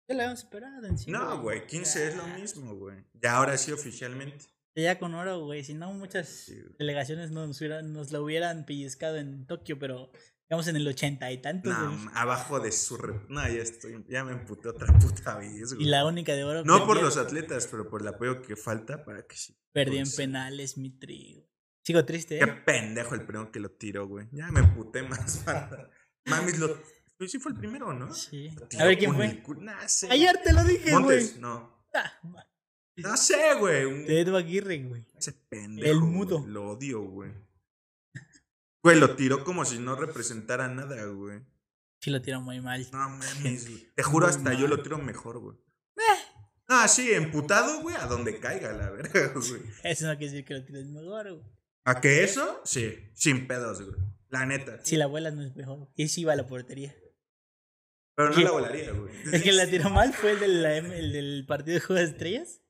A: Ya la habíamos esperado en sí.
B: No, güey, 15 es lo mismo, güey. Ya ahora sí oficialmente.
A: Ya con oro, güey. Si no, muchas
B: Sí, güey.
A: delegaciones nos, hubieran- nos la hubieran pellizcado en Tokio, pero digamos en el ochenta y tantos.
B: No, mm,
A: güey.
B: abajo de su... re- No, ya estoy... Ya me emputé otra puta vez,
A: y
B: güey.
A: la única de oro.
B: No
A: que
B: por
A: perdí-
B: los atletas, pero por el apoyo que falta para que sí.
A: Perdí en
B: pues.
A: penales, mi trigo. Sigo triste,
B: Qué
A: ¿eh?
B: pendejo el primero que lo tiró, güey. Ya me emputé más. banda. Mamis, lo... Pues sí fue el primero, ¿no?
A: Sí.
B: Lo
A: A
B: tiró
A: ver quién
B: con
A: fue.
B: el cu- Nah, sé.
A: Ayer te lo dije, güey.
B: Montes, no.
A: Ah, ma-
B: No sé, güey. un-
A: De Edu Aguirre, güey.
B: Ese pendejo.
A: El
B: güey,
A: mudo.
B: Lo odio, güey. Güey, lo tiró como si no representara nada, güey.
A: Sí lo tiro muy mal.
B: No mames, güey. Te juro,
A: Muy
B: hasta
A: mal.
B: yo lo tiro mejor, güey. Ah, sí, emputado, güey, a donde caiga, la verga, güey.
A: Eso no quiere decir que lo tires mejor, güey.
B: ¿A que eso? Sí, sin pedos, güey. La neta.
A: Si la abuela no es mejor. Y sí iba a la portería.
B: Pero no
A: ¿Qué?
B: la volaría, güey.
A: El que la tiró mal fue el, de la M- el del partido de Juego de Estrellas.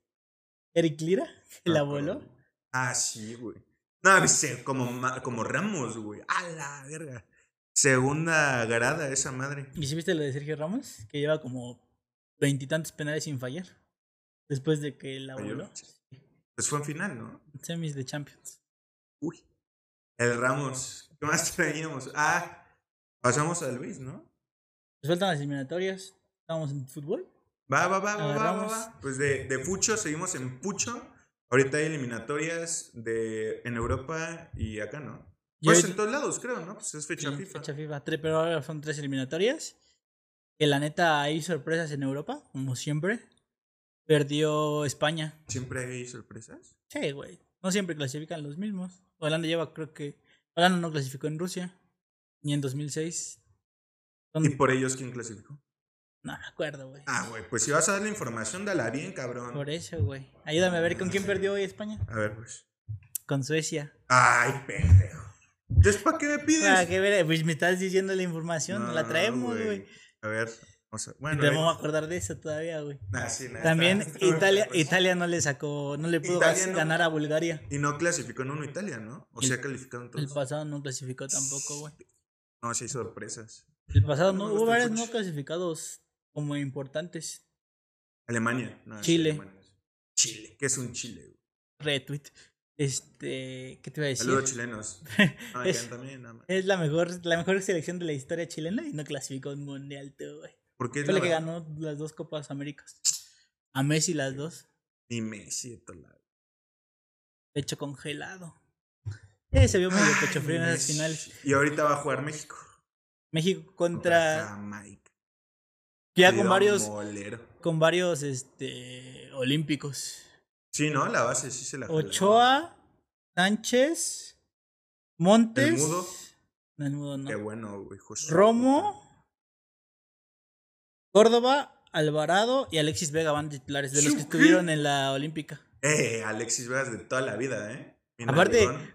A: Eric Lira, que la
B: Ah,
A: voló.
B: cabrón. Ah, sí, güey. No, ese, como, ma- como Ramos, güey. A la verga. Segunda grada esa madre.
A: ¿Y si viste lo de Sergio Ramos? Que lleva como veintitantos penales sin fallar. Después de que la
B: Falló.
A: voló.
B: Pues fue en final, ¿no?
A: Semis de Champions.
B: Uy. El Ramos. ¿Qué más traíamos? Ah, pasamos a Luis, ¿no?
A: Nos faltan las eliminatorias. Estamos en fútbol.
B: Va, va, va, va, va, va,
A: Agarramos.
B: va. Pues de, de Pucho, seguimos en Pucho. Ahorita hay eliminatorias de, en Europa y acá, ¿no?
A: Y
B: Pues
A: ahorita-
B: en todos lados, creo, ¿no? Pues es fecha
A: Sí,
B: FIFA.
A: fecha FIFA, tre- pero ahora son tres eliminatorias. Que la neta hay sorpresas en Europa, como siempre. Perdió España.
B: Siempre hay sorpresas.
A: Sí, güey. No siempre clasifican los mismos. Holanda lleva, creo que. Holanda no clasificó en Rusia. Ni en 2006. Son-
B: ¿Y por ellos quién clasificó?
A: No me acuerdo, güey.
B: Ah, güey, pues si vas a dar la información, dala bien,
A: Por
B: cabrón.
A: eso, güey. Ayúdame a ver con quién perdió hoy España.
B: A ver, pues.
A: Con Suecia.
B: Ay, pendejo. ¿Entonces para qué me
A: Ah,
B: pides?
A: qué ver, pues me estás diciendo la información, no, la traemos, güey.
B: A ver, vamos a...
A: Y
B: Bueno,
A: Te
B: ahí-
A: vamos a acordar de eso todavía, güey.
B: Nah, sí, nah,
A: También
B: está- está-
A: Italia, Italia no le sacó, no le pudo
B: Italia
A: gas-
B: no-
A: ganar a Bulgaria.
B: Y no clasificó en uno Italia, ¿no? O
A: El-
B: sea, calificaron
A: El
B: todos.
A: pasado no clasificó tampoco, güey.
B: No, sí hay sorpresas.
A: El pasado
B: No
A: no,
B: me
A: hubo
B: gusta el
A: varios no
B: fútbol.
A: clasificados como importantes.
B: Alemania. no, sí,
A: Chile.
B: Alemania. Chile. ¿Qué es un Chile? güey?
A: Retweet. Este, ¿qué te iba a decir?
B: Saludos chilenos. No, me
A: Es-
B: quedan también, nada más.
A: Es la mejor, la mejor selección de la historia chilena y no clasificó un mundial, tú, güey.
B: ¿Por qué es
A: Fue la
B: la
A: que ganó las dos Copas Américas. A Messi las dos.
B: Ni Messi de toda la-
A: Pecho congelado. Eh, se vio medio pecho frío en
B: Ay,
A: esas
B: Messi.
A: finales.
B: Y ahorita va a jugar México.
A: México contra.
B: Jamaica.
A: Ya con
B: Cuidado,
A: varios.
B: molero.
A: Con varios este. olímpicos.
B: Sí, ¿no? La base sí se la jalaron.
A: Ochoa, Sánchez, Montes.
B: El Mudo.
A: No, el mudo no.
B: Qué bueno, güey. hijo de su puta.
A: Romo, Córdoba, Alvarado y Alexis Vega van titulares, de los
B: ¿Sí,
A: que
B: o qué?
A: estuvieron en la Olímpica.
B: Eh, Alexis Vegas de toda la vida, ¿eh? Bien
A: Aparte-
B: narigón.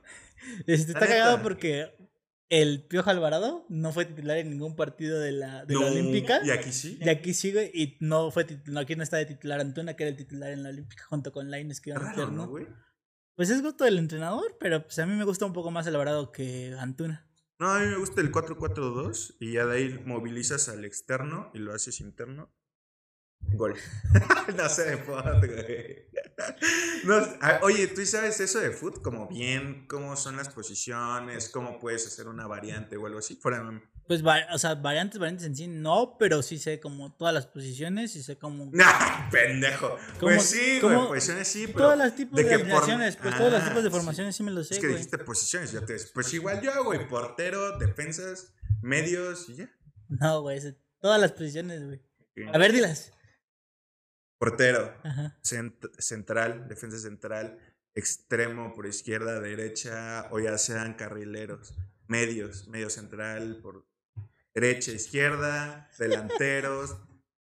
A: Este,
B: La
A: está cagado
B: neta.
A: porque el Piojo Alvarado no fue titular en ningún partido de la, de la
B: No,
A: Olímpica.
B: Y aquí sí.
A: Y aquí sigue y no fue titu- no, aquí no está de titular Antuna, que era el titular en la Olímpica junto con Laines que iba a
B: Está
A: meter,
B: raro,
A: ¿no?
B: ¿no, güey?
A: Pues es gusto del entrenador, pero pues a mí me gusta un poco más Alvarado que Antuna.
B: No, a mí me gusta el 4-4-2 y ya de ahí movilizas al externo y lo haces interno. Gol. no sé de fútbol, güey. No, a- oye, ¿tú sabes eso de fútbol? Como bien, cómo son las posiciones, cómo puedes hacer una variante o algo así. Fuera de mame.
A: Pues, va- o sea, variantes, variantes en sí, no, pero sí sé como todas las posiciones y sé como
B: Nah, pendejo.
A: ¿Cómo-
B: Pues sí,
A: cómo-
B: güey, posiciones sí, pero.
A: todos los tipos
B: ¿de
A: de,
B: qué forma?
A: formaciones, pues todos los
B: Ah,
A: tipos de
B: sí.
A: formaciones sí, me los sé,
B: Es que
A: güey.
B: dijiste posiciones, ya te ves. Pues igual yo, güey, portero, defensas, medios y ya.
A: No, güey, sé todas las posiciones, güey. A ver, dilas.
B: Portero,
A: Ajá.
B: cent- central, defensa central, extremo por izquierda, derecha, o ya sean carrileros, medios, medio central por derecha, izquierda, delanteros.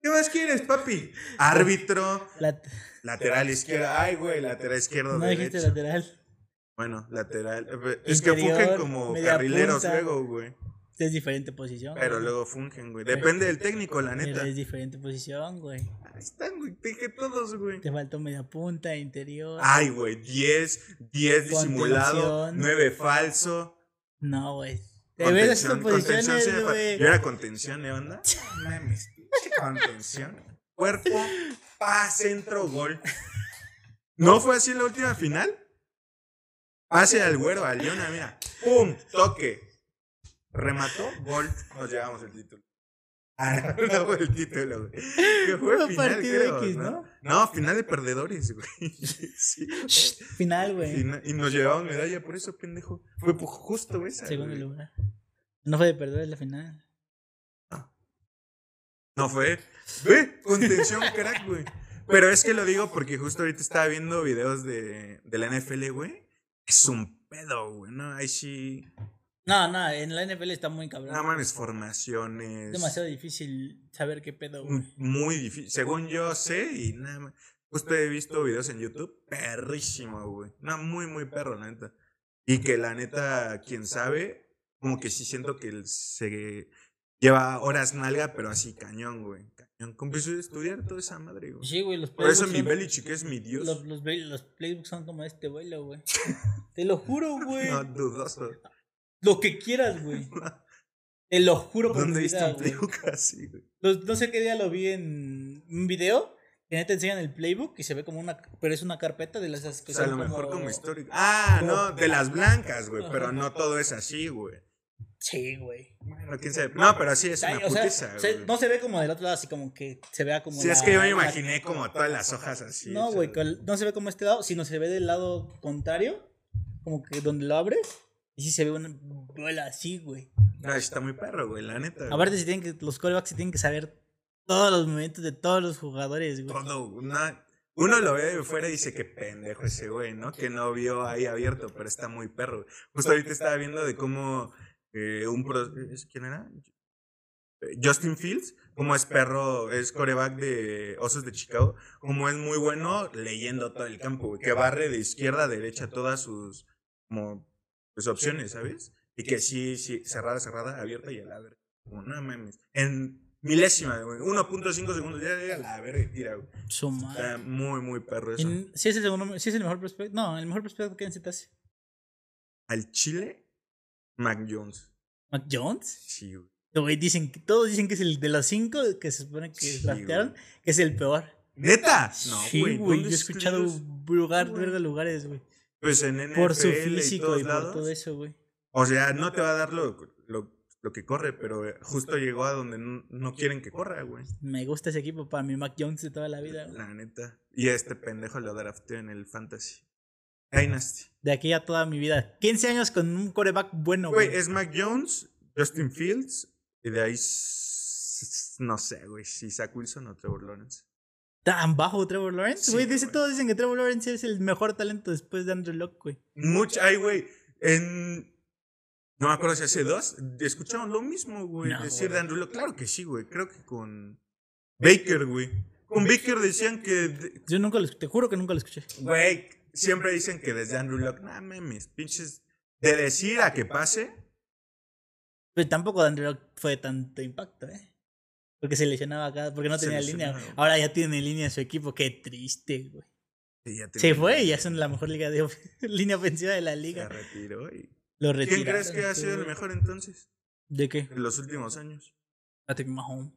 B: ¿Qué más quieres, papi? Árbitro,
A: La-
B: lateral izquierda. Ay, güey, lateral izquierdo,
A: no dijiste
B: derecha.
A: lateral.
B: Bueno, lateral. eh, Es que
A: Interior,
B: fungen como
A: media
B: carrileros
A: punta.
B: luego, güey.
A: Es diferente posición.
B: Pero
A: güey.
B: luego fungen, güey. Depende del técnico, la
A: Pero
B: neta.
A: Es diferente posición, güey.
B: Ahí están, güey. Te dije todos, güey.
A: Te faltó media punta, interior.
B: Ay, güey, 10, 10 disimulado,
A: Contención.
B: 9 falso.
A: No, güey. Te ves las
B: Contención, contención, sí
A: posiciones,
B: me fa-
A: güey.
B: Yo era contención, ¿eh, onda? Mames, pinche contención. Cuerpo, pa, centro, gol. ¿No fue así en la última final? Pase al güero, a Leona, mira. ¡Pum! Toque. Remató, gol. Nos llevamos el título. Ah, no fue el título, güey. Que fue
A: Puro
B: final,
A: partido
B: creo,
A: X,
B: ¿no?
A: ¿no?
B: ¿no? final de perdedores, güey. Sí.
A: Final, güey.
B: Fina- y nos llevaban medalla por eso, pendejo. Fue por- justo, güey. esa,
A: Segundo
B: güey.
A: lugar. No fue de perder la final.
B: No fue. Ve, contención, crack, güey. Pero es que lo digo porque justo ahorita estaba viendo videos de, de la NFL, güey. Es un pedo, güey. No, ahí sí.
A: No, no, en la NFL está muy cabrón.
B: Nada más
A: es
B: formaciones.
A: demasiado difícil saber qué pedo, güey.
B: m- Muy difícil. Según yo sé, y nada más. Justo he visto videos en YouTube. Perrísimo, güey. No, muy, muy perro, la neta. Y que la neta, quien sabe, como que sí siento que el- se lleva horas nalga, pero así cañón, güey. Cañón. Comenzó a estudiar toda esa madre, güey.
A: Sí, pues, güey, los
B: Mm. Por eso
A: playbooks
B: mi
A: son-
B: Belichick es mi dios.
A: Los, los, be- los playbooks son como este vuelo, güey. Te lo juro, güey.
B: No, dudoso.
A: Lo que quieras, güey. Te lo juro por mi
B: ¿Dónde viste
A: vida,
B: un
A: güey.
B: playbook así, güey?
A: Los- no sé qué día lo vi en un video. Que neta enseñan el playbook y se ve como una. Pero es una carpeta de las esas
B: O
A: que
B: sea, a
A: son
B: lo mejor como
A: Pues como
B: histórico. Ah,
A: como-
B: no, de las blancas, güey.
A: Ajá.
B: Pero no todo es así, güey.
A: Sí, güey.
B: Bueno, quién sabe. No, pero sí es
A: Ay,
B: una
A: o sea,
B: putiza,
A: se-
B: güey.
A: no se ve como del otro lado, así como que se vea como.
B: Si es
A: la-
B: que yo me
A: la-
B: imaginé como todas las hojas así.
A: no,
B: o
A: güey,
B: sea,
A: col- no se ve como este lado, sino se ve del lado contrario, como que donde lo abres, y sí se ve una bola así, güey.
B: no, está muy perro, güey, la neta. güey.
A: Aparte, si tienen que, los callbacks se tienen que saber todos los momentos de todos los jugadores, güey.
B: Todo, una- Uno lo ve de fuera y dice que pendejo ese güey, ¿no? Que no vio ahí abierto, pero está muy perro. güey. Justo ahorita estaba viendo de cómo eh, un pro- ¿es- ¿Quién era? Eh, Justin Fields, como es perro, es coreback de Osos de Chicago, como es muy bueno leyendo todo el campo, güey, que barre de izquierda a derecha todas sus como, pues, opciones, ¿sabes? Y que sí, sí, cerrada, cerrada, abierta y a la verga. Como, no mames. En milésima, güey, 1.5 segundos, ya llega a la verga y tira, güey.
A: Su madre.
B: Está muy, muy perro eso.
A: En- Si es el segundo, si es el mejor prospecto. No, el mejor prospecto que necesitas.
B: Al Chile, Mac Jones.
A: Mac Jones.
B: Sí, güey.
A: Güey, dicen que, todos dicen que es el de los cinco que se supone que
B: Sí,
A: draftearon,
B: güey.
A: que es el peor.
B: ¿Neta?
A: sí, güey. Yo he escuchado
B: escuchado
A: lugar,
B: güey?
A: verga lugares, güey.
B: Pues en NFL
A: Por su
B: y,
A: físico
B: todos
A: y por
B: lados.
A: todo eso, güey.
B: O sea, no te va a dar lo, lo, lo que corre, pero eh, justo llegó a donde no, no quieren que corra, güey.
A: Me gusta ese equipo para mi Mac Jones de toda la vida. güey.
B: La neta. Y a este pendejo lo drafteó en el Fantasy. Dynasty.
A: De aquí a toda mi vida. 15 años con un coreback bueno, güey.
B: Güey, es Mac Jones, Justin Fields, y de ahí. s- No sé, güey, si Zach Wilson o Trevor Lawrence.
A: Tan bajo Trevor Lawrence,
B: Sí,
A: güey. dice,
B: güey.
A: todos dicen que Trevor Lawrence es el mejor talento después de Andrew Locke, güey.
B: Mucho, ay, güey, en... No me acuerdo si hace dos, escucharon lo mismo, güey,
A: No,
B: decir de
A: güey.
B: Andrew Luck. Claro que sí, güey, creo que con Baker, güey. Con Baker decían que... de-
A: Yo nunca lo escuché, te juro que nunca lo escuché.
B: Güey, siempre dicen que desde Andrew Luck, nah, mames, pinches... De decir a que pase,
A: Pero tampoco Andrew Locke fue de tanto impacto, eh. Porque se lesionaba acá, porque no
B: Se
A: tenía
B: lesionaba,
A: línea.
B: güey.
A: Ahora ya tiene línea su equipo, qué triste, güey.
B: y ya te-
A: Se fue y ya son la mejor liga de of- línea ofensiva de la
B: Se
A: liga.
B: retiró y-
A: Lo
B: ¿Quién
A: retiraron.
B: crees que ha
A: tú,
B: sido el
A: güey.
B: mejor entonces?
A: ¿De qué?
B: En los últimos años.
A: Patrick Mahomes.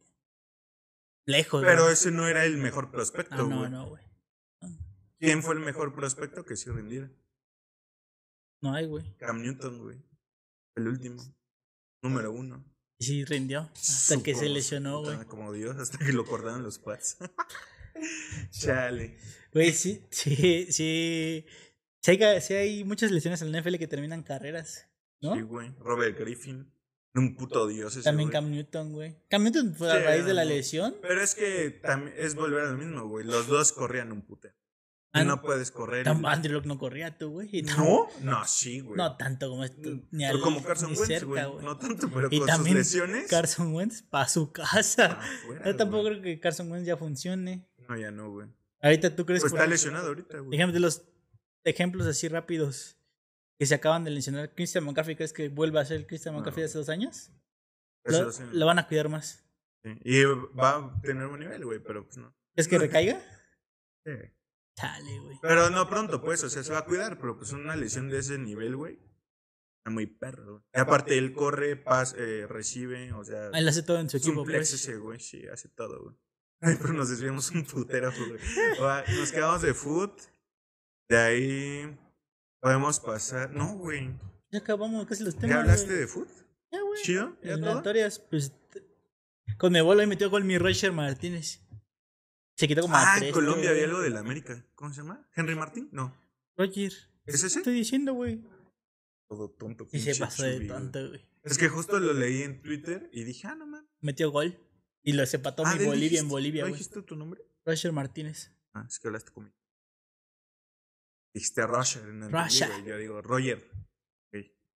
A: Lejos.
B: Pero
A: güey.
B: ese no era el mejor
A: Ah,
B: prospecto,
A: no,
B: güey.
A: no, güey.
B: ¿Quién fue el mejor prospecto que sí rindiera?
A: No hay, güey.
B: Cam Newton, güey. El último. Número uno.
A: Y Sí, rindió. Hasta
B: Su-
A: que se
B: como-
A: lesionó,
B: puta,
A: güey.
B: Como Dios, hasta que lo cortaron los pads. Chale.
A: Güey, sí, sí, sí. Sí hay, ca- sí hay muchas lesiones en la NFL que terminan carreras, ¿no?
B: Sí, güey. Robert Griffin. Un puto dios ese
A: También
B: güey.
A: Cam Newton, güey. Cam Newton fue a
B: Sí,
A: raíz de la
B: no.
A: lesión.
B: Pero es que tam- es volver a lo mismo, güey. Los dos corrían un putero. Y
A: And-
B: no puedes correr.
A: Ah, Tam- Andrew Luck no corría tú, güey. y tam-
B: ¿No? No, sí, güey.
A: No tanto como esto. Ni
B: Pero
A: al-
B: como Carson
A: ni
B: Wentz,
A: cerca,
B: güey. No tanto, pero
A: Y
B: con sus
A: también
B: lesiones.
A: Carson Wentz para su casa.
B: afuera,
A: Yo tampoco
B: Ah, güey.
A: creo que Carson Wentz ya funcione.
B: No, ya no, güey.
A: Ahorita tú crees
B: Pues
A: que.
B: está lesionado ahorita, güey.
A: Déjame de los ejemplos así rápidos que se acaban de lesionar. Christian McCaffrey, ¿crees que vuelva a ser Christian
B: No.
A: McCaffrey de hace dos años?
B: Eso
A: Lo,
B: sí.
A: lo van a cuidar más.
B: Sí, Y va a tener buen nivel, güey, pero pues no.
A: ¿Crees que recaiga?
B: Sí.
A: Chale, güey.
B: Pero no pronto, pues, o sea, se va a cuidar, pero pues una lesión de ese nivel, güey, está muy perro. güey. Y aparte, él corre, pas, eh, recibe, o sea,
A: Él hace todo en su
B: es un
A: equipo,
B: flex
A: pues.
B: ese, güey, sí, hace todo, güey. Ay, Pero nos desviamos un putero, güey. O sea, Nos quedamos de foot, De ahí podemos pasar. No, güey.
A: Ya acabamos casi los temas.
B: ¿Ya hablaste
A: güey.
B: de Pues, food?
A: Ya, güey.
B: ¿Chido? ¿Ya todo?
A: Eliminatorias, pues. t- Con Ebola ahí metió gol mi Roger Martínez. Se quitó como a
B: Ah, en
A: tres.
B: Colombia
A: güey.
B: había algo de la América. ¿Cómo se llama? ¿Henry Martín? No.
A: Roger.
B: ¿Es ese?
A: estoy diciendo, güey?
B: Todo tonto.
A: Y se
B: pinche
A: pasó de
B: chubi, güey.
A: tonto, güey.
B: Es que justo lo leí en Twitter y dije, ah, no man.
A: Metió gol. Y lo sepató
B: Ah,
A: mi
B: ¿de él
A: Bolivia en
B: dijiste-
A: Bolivia,
B: ¿No
A: güey.
B: dijiste tu nombre?
A: Roger Martínez.
B: Ah, es que hablaste conmigo. Dijiste a Roger en el
A: Roger.
B: libro, y Yo digo, Roger.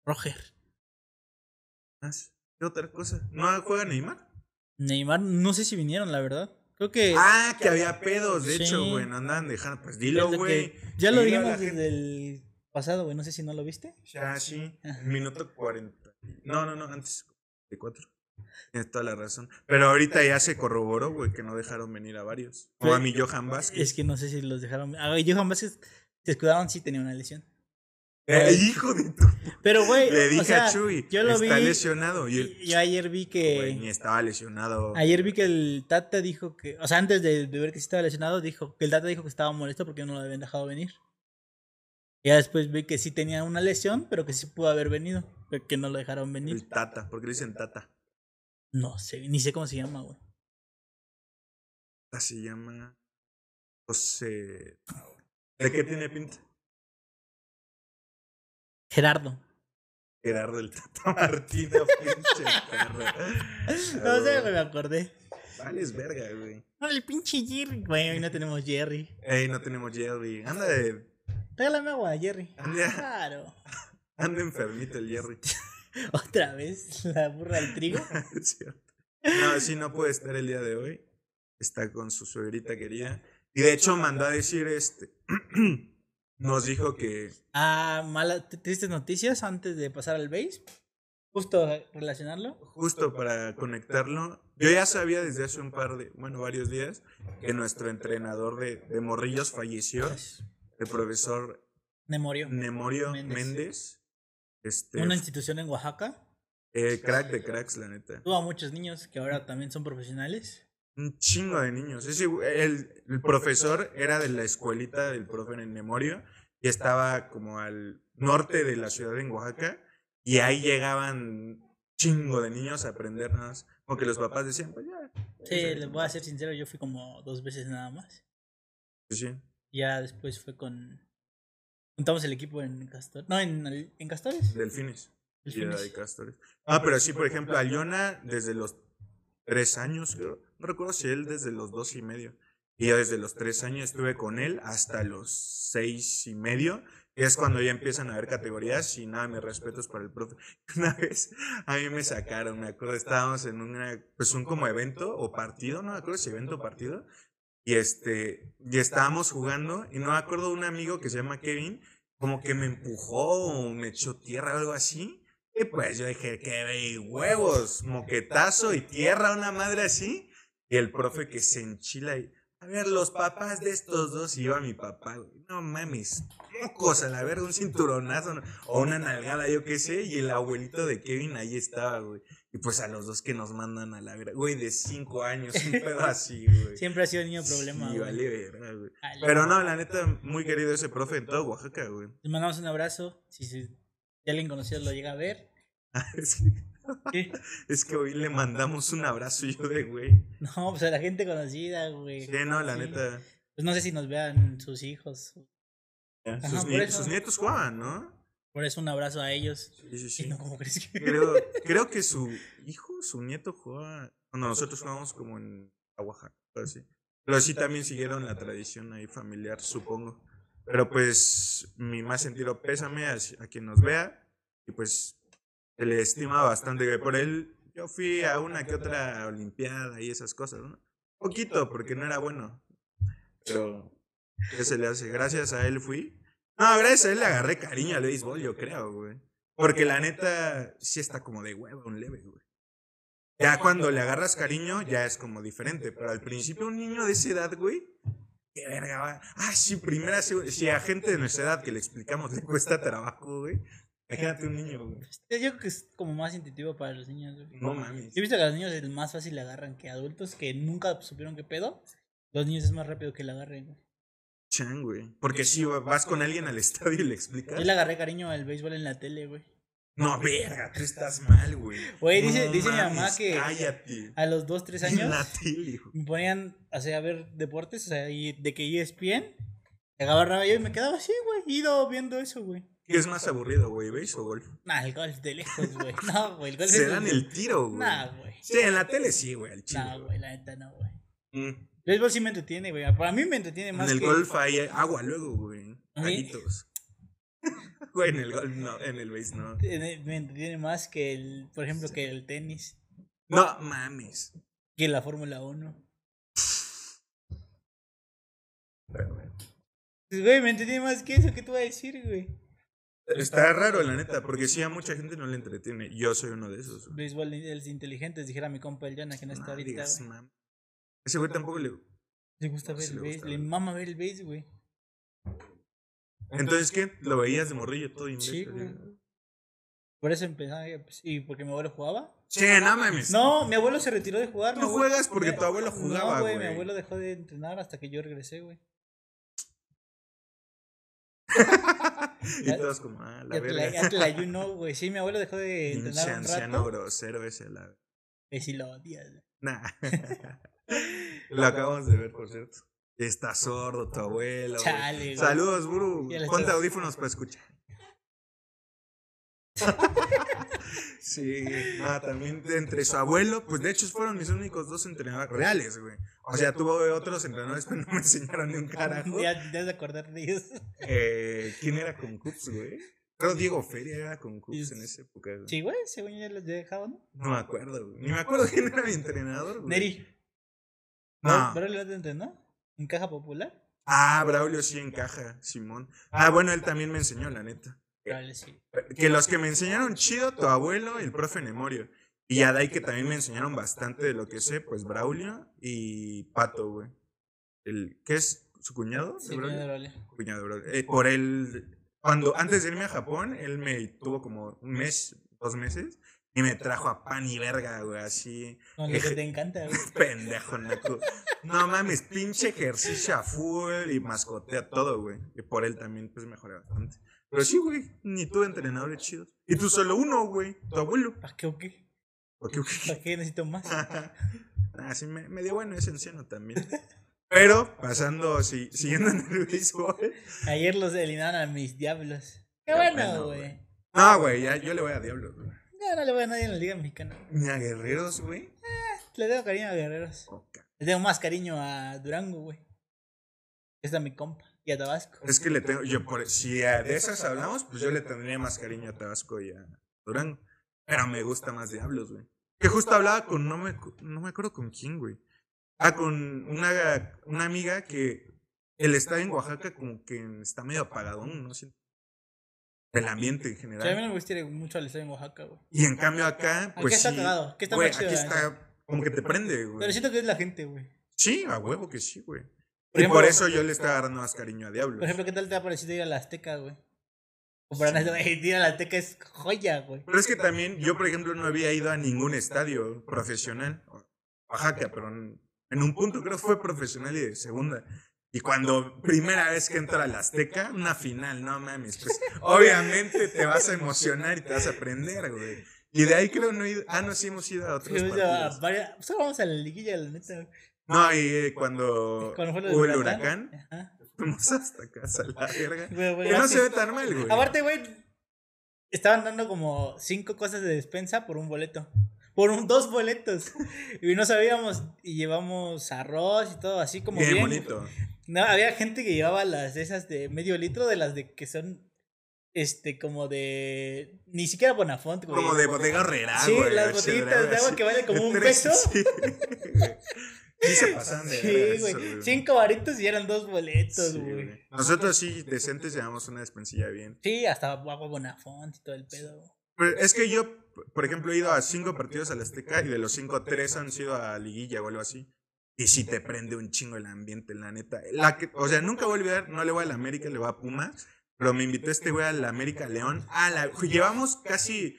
A: Roger.
B: Ah, sí. ¿Qué otra cosa? ¿No juega Neymar?
A: Neymar, no sé si vinieron, la verdad. Creo que.
B: Ah, que había pedos, de
A: Sí.
B: hecho, güey. No andaban dejando. Pues
A: es lo
B: dilo,
A: que-
B: güey.
A: ya lo
B: dilo a la
A: dijimos
B: gente.
A: desde el pasado, güey. No sé si no lo viste.
B: Ya, sí. Minuto 40. No, no, no, antes. 44. Tienes toda la razón. Pero ahorita ya se corroboró, güey, que no dejaron venir a varios. O a mi Johan Vázquez.
A: Es que no sé si los dejaron. Ah, güey, Johan Vázquez se escudaron, sí tenía una lesión.
B: Eh, hijo de tu.
A: Pero, güey.
B: Le
A: o
B: dije a
A: sea,
B: Chuy,
A: yo lo
B: está
A: vi-
B: lesionado. Y él,
A: y- Yo ayer vi
B: güey, ni
A: que.
B: estaba lesionado.
A: Ayer vi que el Tata dijo que. O sea, antes de, de ver que sí estaba lesionado, dijo que el Tata dijo que estaba molesto porque no lo habían dejado venir. Ya después vi que sí tenía una lesión, pero que sí pudo haber venido. Pero que no lo dejaron venir.
B: El Tata, porque le dicen Tata.
A: No sé, ni sé cómo se llama, güey.
B: Tata se llama. José. ¿De qué tiene pinta?
A: Gerardo.
B: Gerardo el Tata Martino, pinche perro.
A: No sé, güey, me acordé.
B: Vales verga, güey.
A: No, el pinche Jerry. Güey, hoy no tenemos Jerry.
B: Ey, no tenemos Jerry. Anda de
A: Regálame agua, Jerry. Ah,
B: Anda.
A: Claro.
B: Anda enfermito el Jerry.
A: Otra vez, la burra del trigo.
B: Es cierto. No, sí, no puede estar el día de hoy. Está con su suegrita querida. Y de hecho mandó a decir este. Nos dijo que.
A: Ah, malas, tristes noticias antes de pasar al base. Justo relacionarlo.
B: Justo para conectarlo, yo ya sabía desde hace un par de, bueno, varios días, que nuestro entrenador de, de morrillos falleció, el profesor
A: Pues, Me murió.
B: Nemorio
A: Méndez.
B: Méndez, este,
A: Una institución en Oaxaca.
B: eh, crack de cracks, la neta.
A: Tuvo a muchos niños que ahora también son profesionales.
B: Un chingo de niños. Ese güey- el, el profesor era de la escuelita del profe en Memorio y estaba como al norte de la ciudad en Oaxaca y ahí llegaban chingo de niños a aprender nada más. Porque los papás decían, pues ya.
A: Sí, les voy a ser sincero, yo fui como dos veces nada más.
B: Sí, sí.
A: Ya después fue con. Juntamos el equipo en Castores. No, en, en Castores.
B: Delfines.
A: El
B: y era
A: Phoenix.
B: de Castores. Ah, pero sí, por ejemplo, a Leona desde los tres años, creo. No recuerdo si él desde los dos y medio. Y yo desde los tres años estuve con él hasta los seis y medio. que es cuando ya empiezan a haber categorías y nada, mis respetos para el profe. Una vez a mí me sacaron, me acuerdo, estábamos en una, pues un como evento o partido, no me acuerdo si evento o partido. Y este, y estábamos jugando y no me acuerdo un amigo que se llama Kevin, como que me empujó o me echó tierra o algo así. Y pues yo dije, que ve huevos, moquetazo y tierra, una madre así. Y el profe que se enchila y, a ver, los papás de estos dos, y iba mi papá, güey, no mames, mocos a la verga, un cinturonazo ¿no? o una nalgada, yo qué sé, y el abuelito de Kevin ahí estaba, güey. Y pues a los dos que nos mandan a la verga, güey, de cinco años, un pedo así, güey.
A: Siempre ha sido el niño problema.
B: Sí,
A: güey.
B: vale verga, güey.
A: Vale.
B: Pero no, la neta, muy querido ese profe en todo Oaxaca, güey.
A: Les mandamos un abrazo. Si, si- si alguien conocido lo llega a ver.
B: Es
A: ¿Qué?
B: que, es que hoy le mandamos un abrazo y yo de, güey.
A: No, pues a la gente conocida, güey.
B: Sí, no, la
A: Sí.
B: neta.
A: Pues no sé si nos vean sus hijos. Ajá,
B: Sus,
A: por
B: nie-
A: eso.
B: sus nietos jugaban, ¿no?
A: Por eso un abrazo a ellos.
B: Sí, sí,
A: Y
B: sí.
A: no, ¿cómo crees que?
B: Creo, creo que su hijo, su nieto jugaba. Cuando nosotros jugábamos como en Oaxaca, algo así. Pero sí también siguieron la tradición ahí familiar, supongo. Pero pues, mi más sentido pésame a, a quien nos vea. Y pues, se le estima bastante, güey. Por él, yo fui a una que otra Olimpiada y esas cosas, ¿no? Poquito, porque no era bueno. Pero, ¿qué se le hace? Gracias a él fui. No, gracias a él le agarré cariño al béisbol, yo creo, güey. Porque la neta sí está como de hueva un leve, güey. Ya cuando le agarras cariño, ya es como diferente. Pero al principio, un niño de esa edad, güey, qué verga va. Ah, sí, primera, segunda. Si a gente de nuestra edad que le explicamos le cuesta trabajo, güey. Imagínate un niño, güey.
A: Yo creo que es como más intuitivo para los niños. güey.
B: No mames.
A: Yo he visto que a los niños es más fácil le agarran que adultos que nunca supieron qué pedo. Los niños es más rápido que le agarren. güey.
B: Chan, güey. Porque si vas con alguien al estadio y le explicas.
A: Yo le agarré cariño al béisbol en la tele, güey.
B: No, verga, tú estás mal, güey.
A: Güey, dice,
B: No
A: dice mi mamá
B: mames,
A: que
B: Cállate.
A: a los 2, 3
B: En la
A: años
B: tele, güey.
A: me ponían o sea, a ver deportes, o sea, y de que E ESPN. y Agarraba yo y me quedaba así, güey, ido viendo eso, güey.
B: ¿Qué es más aburrido, güey? ¿Veis o golf?
A: Nah, el golf de lejos, güey. No, güey, el golf
B: Se
A: es-
B: dan el tiro, güey.
A: Nah, güey.
B: Sí, en la tele sí, güey, al chile.
A: Nah, güey, la neta no, güey.
B: güey. Mm.
A: El béisbol sí me entretiene, güey. Para mí me entretiene
B: En
A: más
B: el
A: que-
B: golf hay agua luego, güey.
A: ¿A mí?
B: Cañitos. Güey, en el golf no, en el base no.
A: eh, Me entretiene más que el, por ejemplo, que el tenis,
B: No mames.
A: que la Fórmula 1.
B: Pero, güey,
A: Pues, Güey, me entretiene más que eso, ¿qué te voy a decir, güey?
B: Está raro, la neta, porque sí a mucha gente no le entretiene. Yo soy uno de esos. güey.
A: Béisbol de los inteligentes, dijera mi compa el Jonah, que no está
B: No
A: ahorita,
B: digas,
A: güey.
B: mam. Ese güey tampoco le.
A: Le gusta
B: no,
A: ver
B: sí
A: el
B: le
A: béis,
B: gusta
A: le
B: ver.
A: mama ver el béis, güey.
B: Entonces, ¿qué? ¿Lo veías de morrillo todo inglés?
A: Sí, güey. Por eso empezaba, pues, y porque mi abuelo jugaba.
B: Sí, no mames.
A: No, mi abuelo se retiró de jugar. mi
B: Tú
A: abuelo-
B: juegas porque tu abuelo jugaba,
A: No,
B: güey.
A: güey, mi abuelo dejó de entrenar hasta que yo regresé, güey.
B: y todos como, ah, la
A: Ya te la-
B: verga.
A: ya te la you know, güey. Sí, mi abuelo dejó de
B: Pinche
A: entrenar un
B: anciano
A: rato.
B: grosero ese, la
A: Y si lo odias, güey.
B: Nah. Lo acabamos de ver, por cierto. Está sordo tu abuelo. güey.
A: Chale, güey.
B: Saludos, Buru.
A: Ya le
B: Ponte
A: estás-
B: audífonos para escuchar. sí. Ah, también de entre su abuelo, pues de hecho fueron mis únicos dos entrenadores reales, güey. O sea, tuve otros entrenadores, pero no me enseñaron ni un carajo.
A: Ya te has de acordar de ellos.
B: Eh, ¿Quién era con Cups, güey? Creo Diego Feria era con Cups en esa época. güey.
A: Sí, güey, según yo ya los he dejado, ¿no?
B: No me acuerdo, güey. Ni me acuerdo quién era mi entrenador, güey.
A: Neri.
B: No.
A: Pero lo has de entrenar. En caja popular.
B: Ah, Braulio sí encaja, Simón. Ah, bueno, él también me enseñó, la neta.
A: Probable sí.
B: Que los que me enseñaron chido, tu abuelo, el profe Nemorio. Y a Dai, que también me enseñaron bastante de lo que sé, pues Braulio y Pato, güey. El, ¿Qué es? ¿Su cuñado?
A: Sí,
B: de Braulio?
A: probable.
B: Cuñado de Braulio. Eh, por él, cuando, antes de irme a Japón, él me tuvo como un mes, dos meses, y me trajo a pan y verga, güey, así.
A: Con lo que te encanta, güey.
B: Pendejo, Naco. No mames, pinche ejercicio a full y mascotea todo, güey. Y por él también, pues mejoré bastante. Pero sí, güey, ni tuve entrenadores chidos. Y tú solo uno, güey, tu abuelo.
A: ¿Para qué o qué?
B: ¿Por qué?
A: ¿Para qué necesito más?
B: Ah, sí, me, me dio bueno ese anciano también. Pero, pasando, si, siguiendo en el béisbol.
A: Ayer los eliminaron a mis diablos. Qué
B: Qué
A: bueno,
B: bueno,
A: güey.
B: güey. No, güey, ya yo le voy a Diablos, güey.
A: No, no le voy a nadie en la Liga Mexicana.
B: Ni a Guerreros, güey.
A: Le tengo cariño a Guerreros.
B: Ok.
A: Le tengo más cariño a Durango, güey. Esta es mi compa. Y a Tabasco.
B: Es que le tengo, yo por, si eh, de esas hablamos, pues yo le tendría más cariño a Tabasco y a Durango. Pero me gusta más Diablos, güey. Que justo hablaba con, no me, acu- no me acuerdo con quién, güey. Ah, con una, una amiga que el estadio en Oaxaca como que está medio apagadón, ¿no? Siento- El ambiente en
A: O sea, a mí
B: general.
A: no me gusta ir mucho al estadio en Oaxaca, güey.
B: Y en cambio acá,
A: Aquí
B: pues
A: está
B: sí,
A: cagado. Aquí está
B: güey,
A: más chido,
B: aquí
A: la neta.
B: está como que te prende,
A: Pero
B: güey.
A: siento que es la gente, güey.
B: Sí, a huevo que sí, güey.
A: Por
B: Y por
A: ejemplo-
B: eso yo le estaba agarrando más cariño a Diablos.
A: Por ejemplo, ¿qué tal te ha parecido ir a la Azteca, güey? Comparar ir a la Azteca es joya, güey.
B: Pero es que también, yo por ejemplo no había ido a ningún estadio profesional, Oaxaca, pero en, en un punto creo fue profesional y de segunda. Y cuando primera vez que entra al Azteca, una final, no mames, pues obviamente te vas a emocionar y te vas a aprender, güey. Y de ahí creo no he ido, ah no, sí hemos ido a otros
A: Fuimos a
B: partidos.
A: varias- Solo vamos a la liguilla, la neta. güey.
B: No, y eh, cuando
A: Cuando fue lo del
B: hubo el huracán,
A: Ajá.
B: fuimos hasta casa, la
A: Güey, güey,
B: verga. Que Pues no
A: aparte-
B: se ve tan mal, güey.
A: Aparte, güey, estaban dando como cinco cosas de despensa por un boleto. Por un, dos boletos. Y no sabíamos. Y llevamos arroz y todo así como
B: Bien
A: bien.
B: bonito.
A: No, había gente que llevaba las de esas de medio litro, de las de que son. Este, como de. Ni siquiera Bonafont, güey.
B: Como de bodega herrera,
A: Sí,
B: güey,
A: las
B: o sea,
A: botellitas de agua
B: así.
A: que vale como un
B: Tres,
A: peso.
B: Sí, Sí se pasan de
A: Sí,
B: vergas,
A: güey. Cinco varitos y eran dos boletos,
B: Sí,
A: güey.
B: güey. Nosotros sí, decentes, llevamos una despensilla bien.
A: Sí, hasta agua Bonafont y todo el pedo. güey.
B: Pero es que yo, por ejemplo, he ido a cinco partidos al Azteca y de los cinco, tres han sido a Liguilla o algo así. Y sí te prende un chingo el ambiente, la neta. La que- o sea, nunca voy a olvidar, no le voy a la América, le voy a Pumas, pero me invitó este güey a la América León. Ah, la, llevamos casi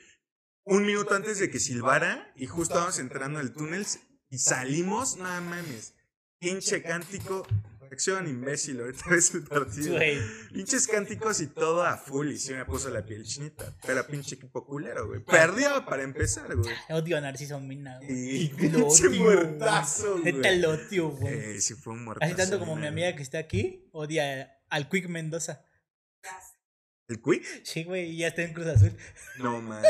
B: un minuto antes de que silbara y justo vamos entrando al túnel y salimos, no mames. Pinche cántico, Reacción imbécil, ahorita ves el partido.
A: Güey.
B: Pinches cánticos y todo a full. Y sí me puso la piel chinita. Pero pinche equipo culero, güey. Perdió para empezar, güey.
A: Odio a Narciso Mina, güey.
B: Y
A: Lo
B: pinche
A: odio,
B: muertazo, güey.
A: Neta lo odio, güey.
B: Eh, sí fue un muertazo.
A: Así tanto como
B: güey.
A: mi amiga que está aquí, odia al Quick Mendoza.
B: ¿El Quick?
A: Sí, güey, y ya está en Cruz Azul.
B: No mames.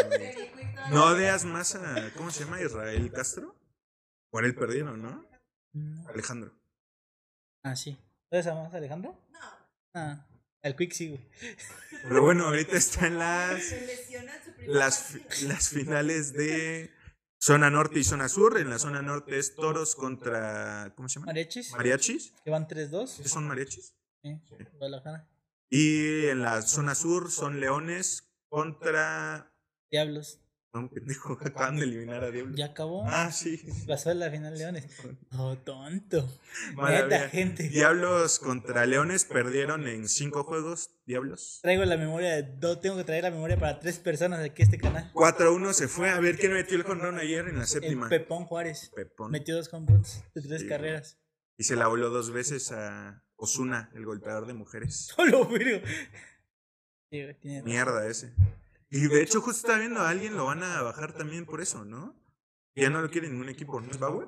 B: No odias más a. ¿Cómo se llama? Israel Castro. Por él perdieron, ¿no?
A: No.
B: Alejandro.
A: Mm, Ah, sí. ¿Entonces amamos a Alejandro?
C: No,
A: Ah, al Quick sí, güey.
B: Pero bueno, ahorita está en las.
C: se lesiona en su primer
B: las,
C: partido.
B: fi- las finales de zona norte y zona sur. En la zona norte es toros contra. ¿Cómo se llama?
A: Marechis,
B: Mariachis.
A: que van 3-2.
B: ¿Son mariachis?
A: Sí, Guadalajara.
B: Y en la zona sur son leones contra.
A: Diablos.
B: No, pendejo, acaban de eliminar a Diablo.
A: Ya acabó.
B: Ah, sí.
A: Pasó a la final Leones. Oh, tonto.
B: Mala
A: Neta,
B: vida.
A: gente.
B: Diablos contra leones perdieron en cinco juegos. Diablos.
A: Traigo la memoria de dos. Tengo que traer la memoria para tres personas de aquí a este canal.
B: 4-1 se fue. A ver quién metió el jonrón ayer en la
A: El
B: séptima.
A: Pepón Juárez.
B: Pepón.
A: Metió dos home runs de tres
B: Sí.
A: carreras.
B: Y se la voló dos veces a Osuna, el golpeador de mujeres.
A: Solo, pero. Sí, güey, tiene razón.
B: Mierda ese. Y de hecho, justo está viendo a alguien, lo van a bajar también por eso, ¿no? Ya no lo quiere ningún equipo, ¿no es Bauer?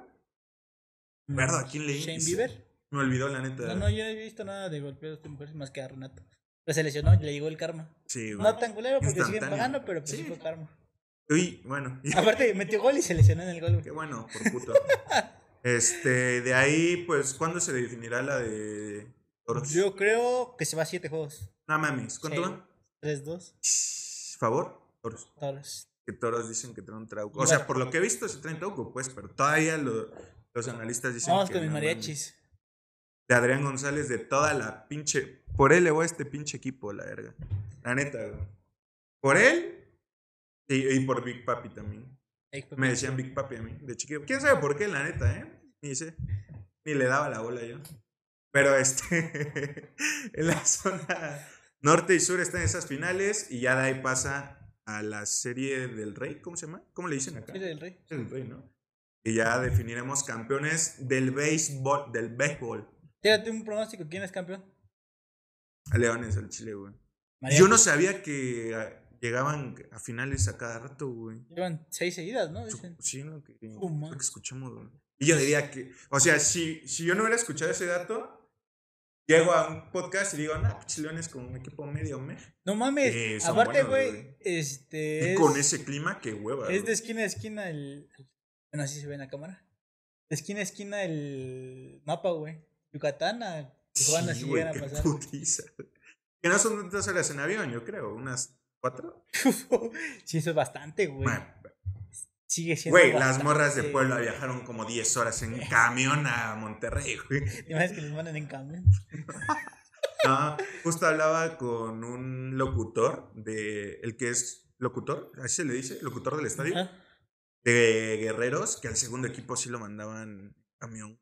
B: Mierda, ¿a quién leí?
A: Mm, Shane
B: Dice-
A: Bieber.
B: Me olvidó, la
A: No,
B: neta.
A: no, yo no he visto nada de golpeos de mujeres más que a Renato. Pero se lesionó y le llegó el karma.
B: Sí, güey.
A: No tan culero porque siguen
B: Instantáneo.
A: pagando, pero pues sí
B: Sí.
A: fue karma.
B: Uy, bueno.
A: Aparte, metió gol y se lesionó en el gol. güey.
B: Qué bueno, por puto. Este, de ahí, pues, ¿cuándo se definirá la de Toros?
A: Yo creo que se va a siete juegos.
B: No mames, ¿cuánto
A: Sí.
B: van?
A: 3-2.
B: ¿Favor? Toros.
A: Toros.
B: Que Toros dicen que traen trauco. O
A: Bueno.
B: sea, por lo que he visto, se traen trauco, pues, pero todavía lo- los analistas dicen.
A: Vamos
B: que
A: con mis
B: no mames.
A: mariachis.
B: de Adrián González de toda la pinche. Por él le voy a este pinche equipo, la verga. La neta, güey. Por él y, y por Big Papi también.
A: Ey, Pepe.
B: Me decían Big Papi a mí, de chiquillo. ¿Quién sabe por qué, la neta, eh? Ni sé. Ni le daba la bola yo. Pero este. en la zona norte y sur están esas finales y ya de ahí pasa a la serie del Rey. ¿Cómo se llama? ¿Cómo le dicen acá?
A: Mira el rey.
B: El Rey, ¿no? Y ya definiremos campeones del béisbol. Del béisbol.
A: Tírate un pronóstico. ¿Quién es campeón?
B: A Leones, al Chile, güey.
A: Mariachis.
B: Yo no sabía que ah, llegaban a finales a cada rato, güey.
A: Llevan seis seguidas, ¿no? Dicen.
B: Sup- Sí, lo que, lo
A: man.
B: que escuchamos, güey. Y yo diría que, o sea, si, si yo no hubiera escuchado ese dato, llego a un podcast y digo, no, pues Leones con un equipo medio me.
A: No mames.
B: Eh, son
A: Aparte,
B: buenos,
A: güey,
B: güey.
A: este.
B: Y
A: es-
B: con ese clima, qué hueva.
A: Es de
B: güey.
A: esquina a esquina el. el- Bueno, así se ve en la cámara. De esquina a esquina el mapa, güey. Yucatán a Tijuana
B: Sí,
A: si
B: güey,
A: llegan a
B: qué
A: pasar.
B: putiza. Que no son tantas horas en avión, yo creo, unas cuatro.
A: sí, eso es bastante, güey.
B: Bueno,
A: Sigue siendo.
B: Güey, las morras de
A: bastante.
B: Puebla viajaron como 10 horas en camión a Monterrey, güey.
A: ¿Te imaginas que les mandan en camión?
B: No, justo hablaba con un locutor de el que es locutor, así se le dice, locutor del estadio,
A: Ajá.
B: de Guerreros, que al segundo equipo sí lo mandaban camión,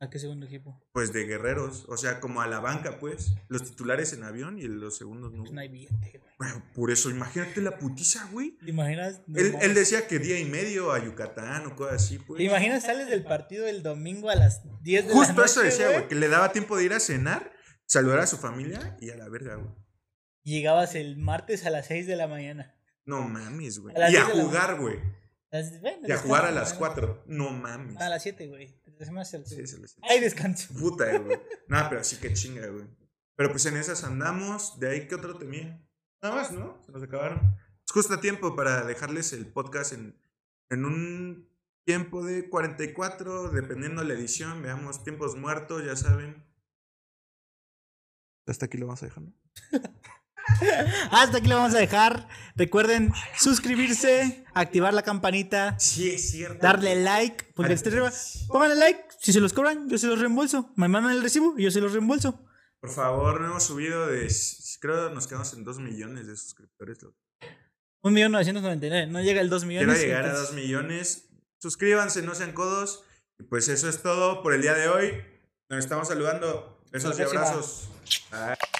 A: ¿A qué segundo equipo?
B: pues de Guerreros, o sea, como a la banca, pues, los titulares en avión y los segundos no.
A: Pues no hay billete, güey.
B: Bueno, por eso, imagínate la putiza, güey.
A: ¿Te imaginas? No
B: Él,
A: mames.
B: él decía que día y medio a Yucatán o cosas así,
A: ¿Te
B: pues.
A: imaginas sales del partido el domingo a las 10 de la noche?
B: Justo eso decía, güey,
A: güey?
B: que le daba tiempo de ir a cenar, saludar a su familia y a la verga, güey.
A: Llegabas el martes a las 6 de la mañana.
B: No mames, güey.
A: A las
B: Y a
A: diez de la
B: jugar, güey.
A: Las- bueno,
B: Y a
A: descanso,
B: jugar a las
A: ¿no?
B: 4. No mames.
A: Ah, A las 7, güey. Te tomas el-
B: Sí, se les-
A: Ay, descanso.
B: Puta, eh, güey. Nada, pero sí que chinga, güey. Pero pues en esas andamos. De ahí que otro tenía. Nada más, ¿no? Se nos acabaron. Es justo a tiempo para dejarles el podcast en, en un tiempo de 44, dependiendo la edición. Veamos tiempos muertos, ya saben. Hasta aquí lo vamos a dejar, ¿no?
A: Hasta aquí lo vamos a dejar. Recuerden suscribirse, activar la campanita,
B: Sí, es cierto.
A: darle like. Porque
B: Ay,
A: este arriba. Pónganle like. Si se los cobran, yo se los reembolso. Me mandan el recibo y yo se los reembolso.
B: Por favor, no hemos subido de. Creo que nos quedamos en 2 millones de suscriptores. lo
A: 1.999. No llega el 2 millones.
B: Quiero llegar a
A: entonces-
B: 2 millones. Suscríbanse, no sean codos. Y pues eso es todo por el día de hoy. Nos estamos saludando. Besos
A: Hasta
B: y
A: la próxima.
B: abrazos. Bye.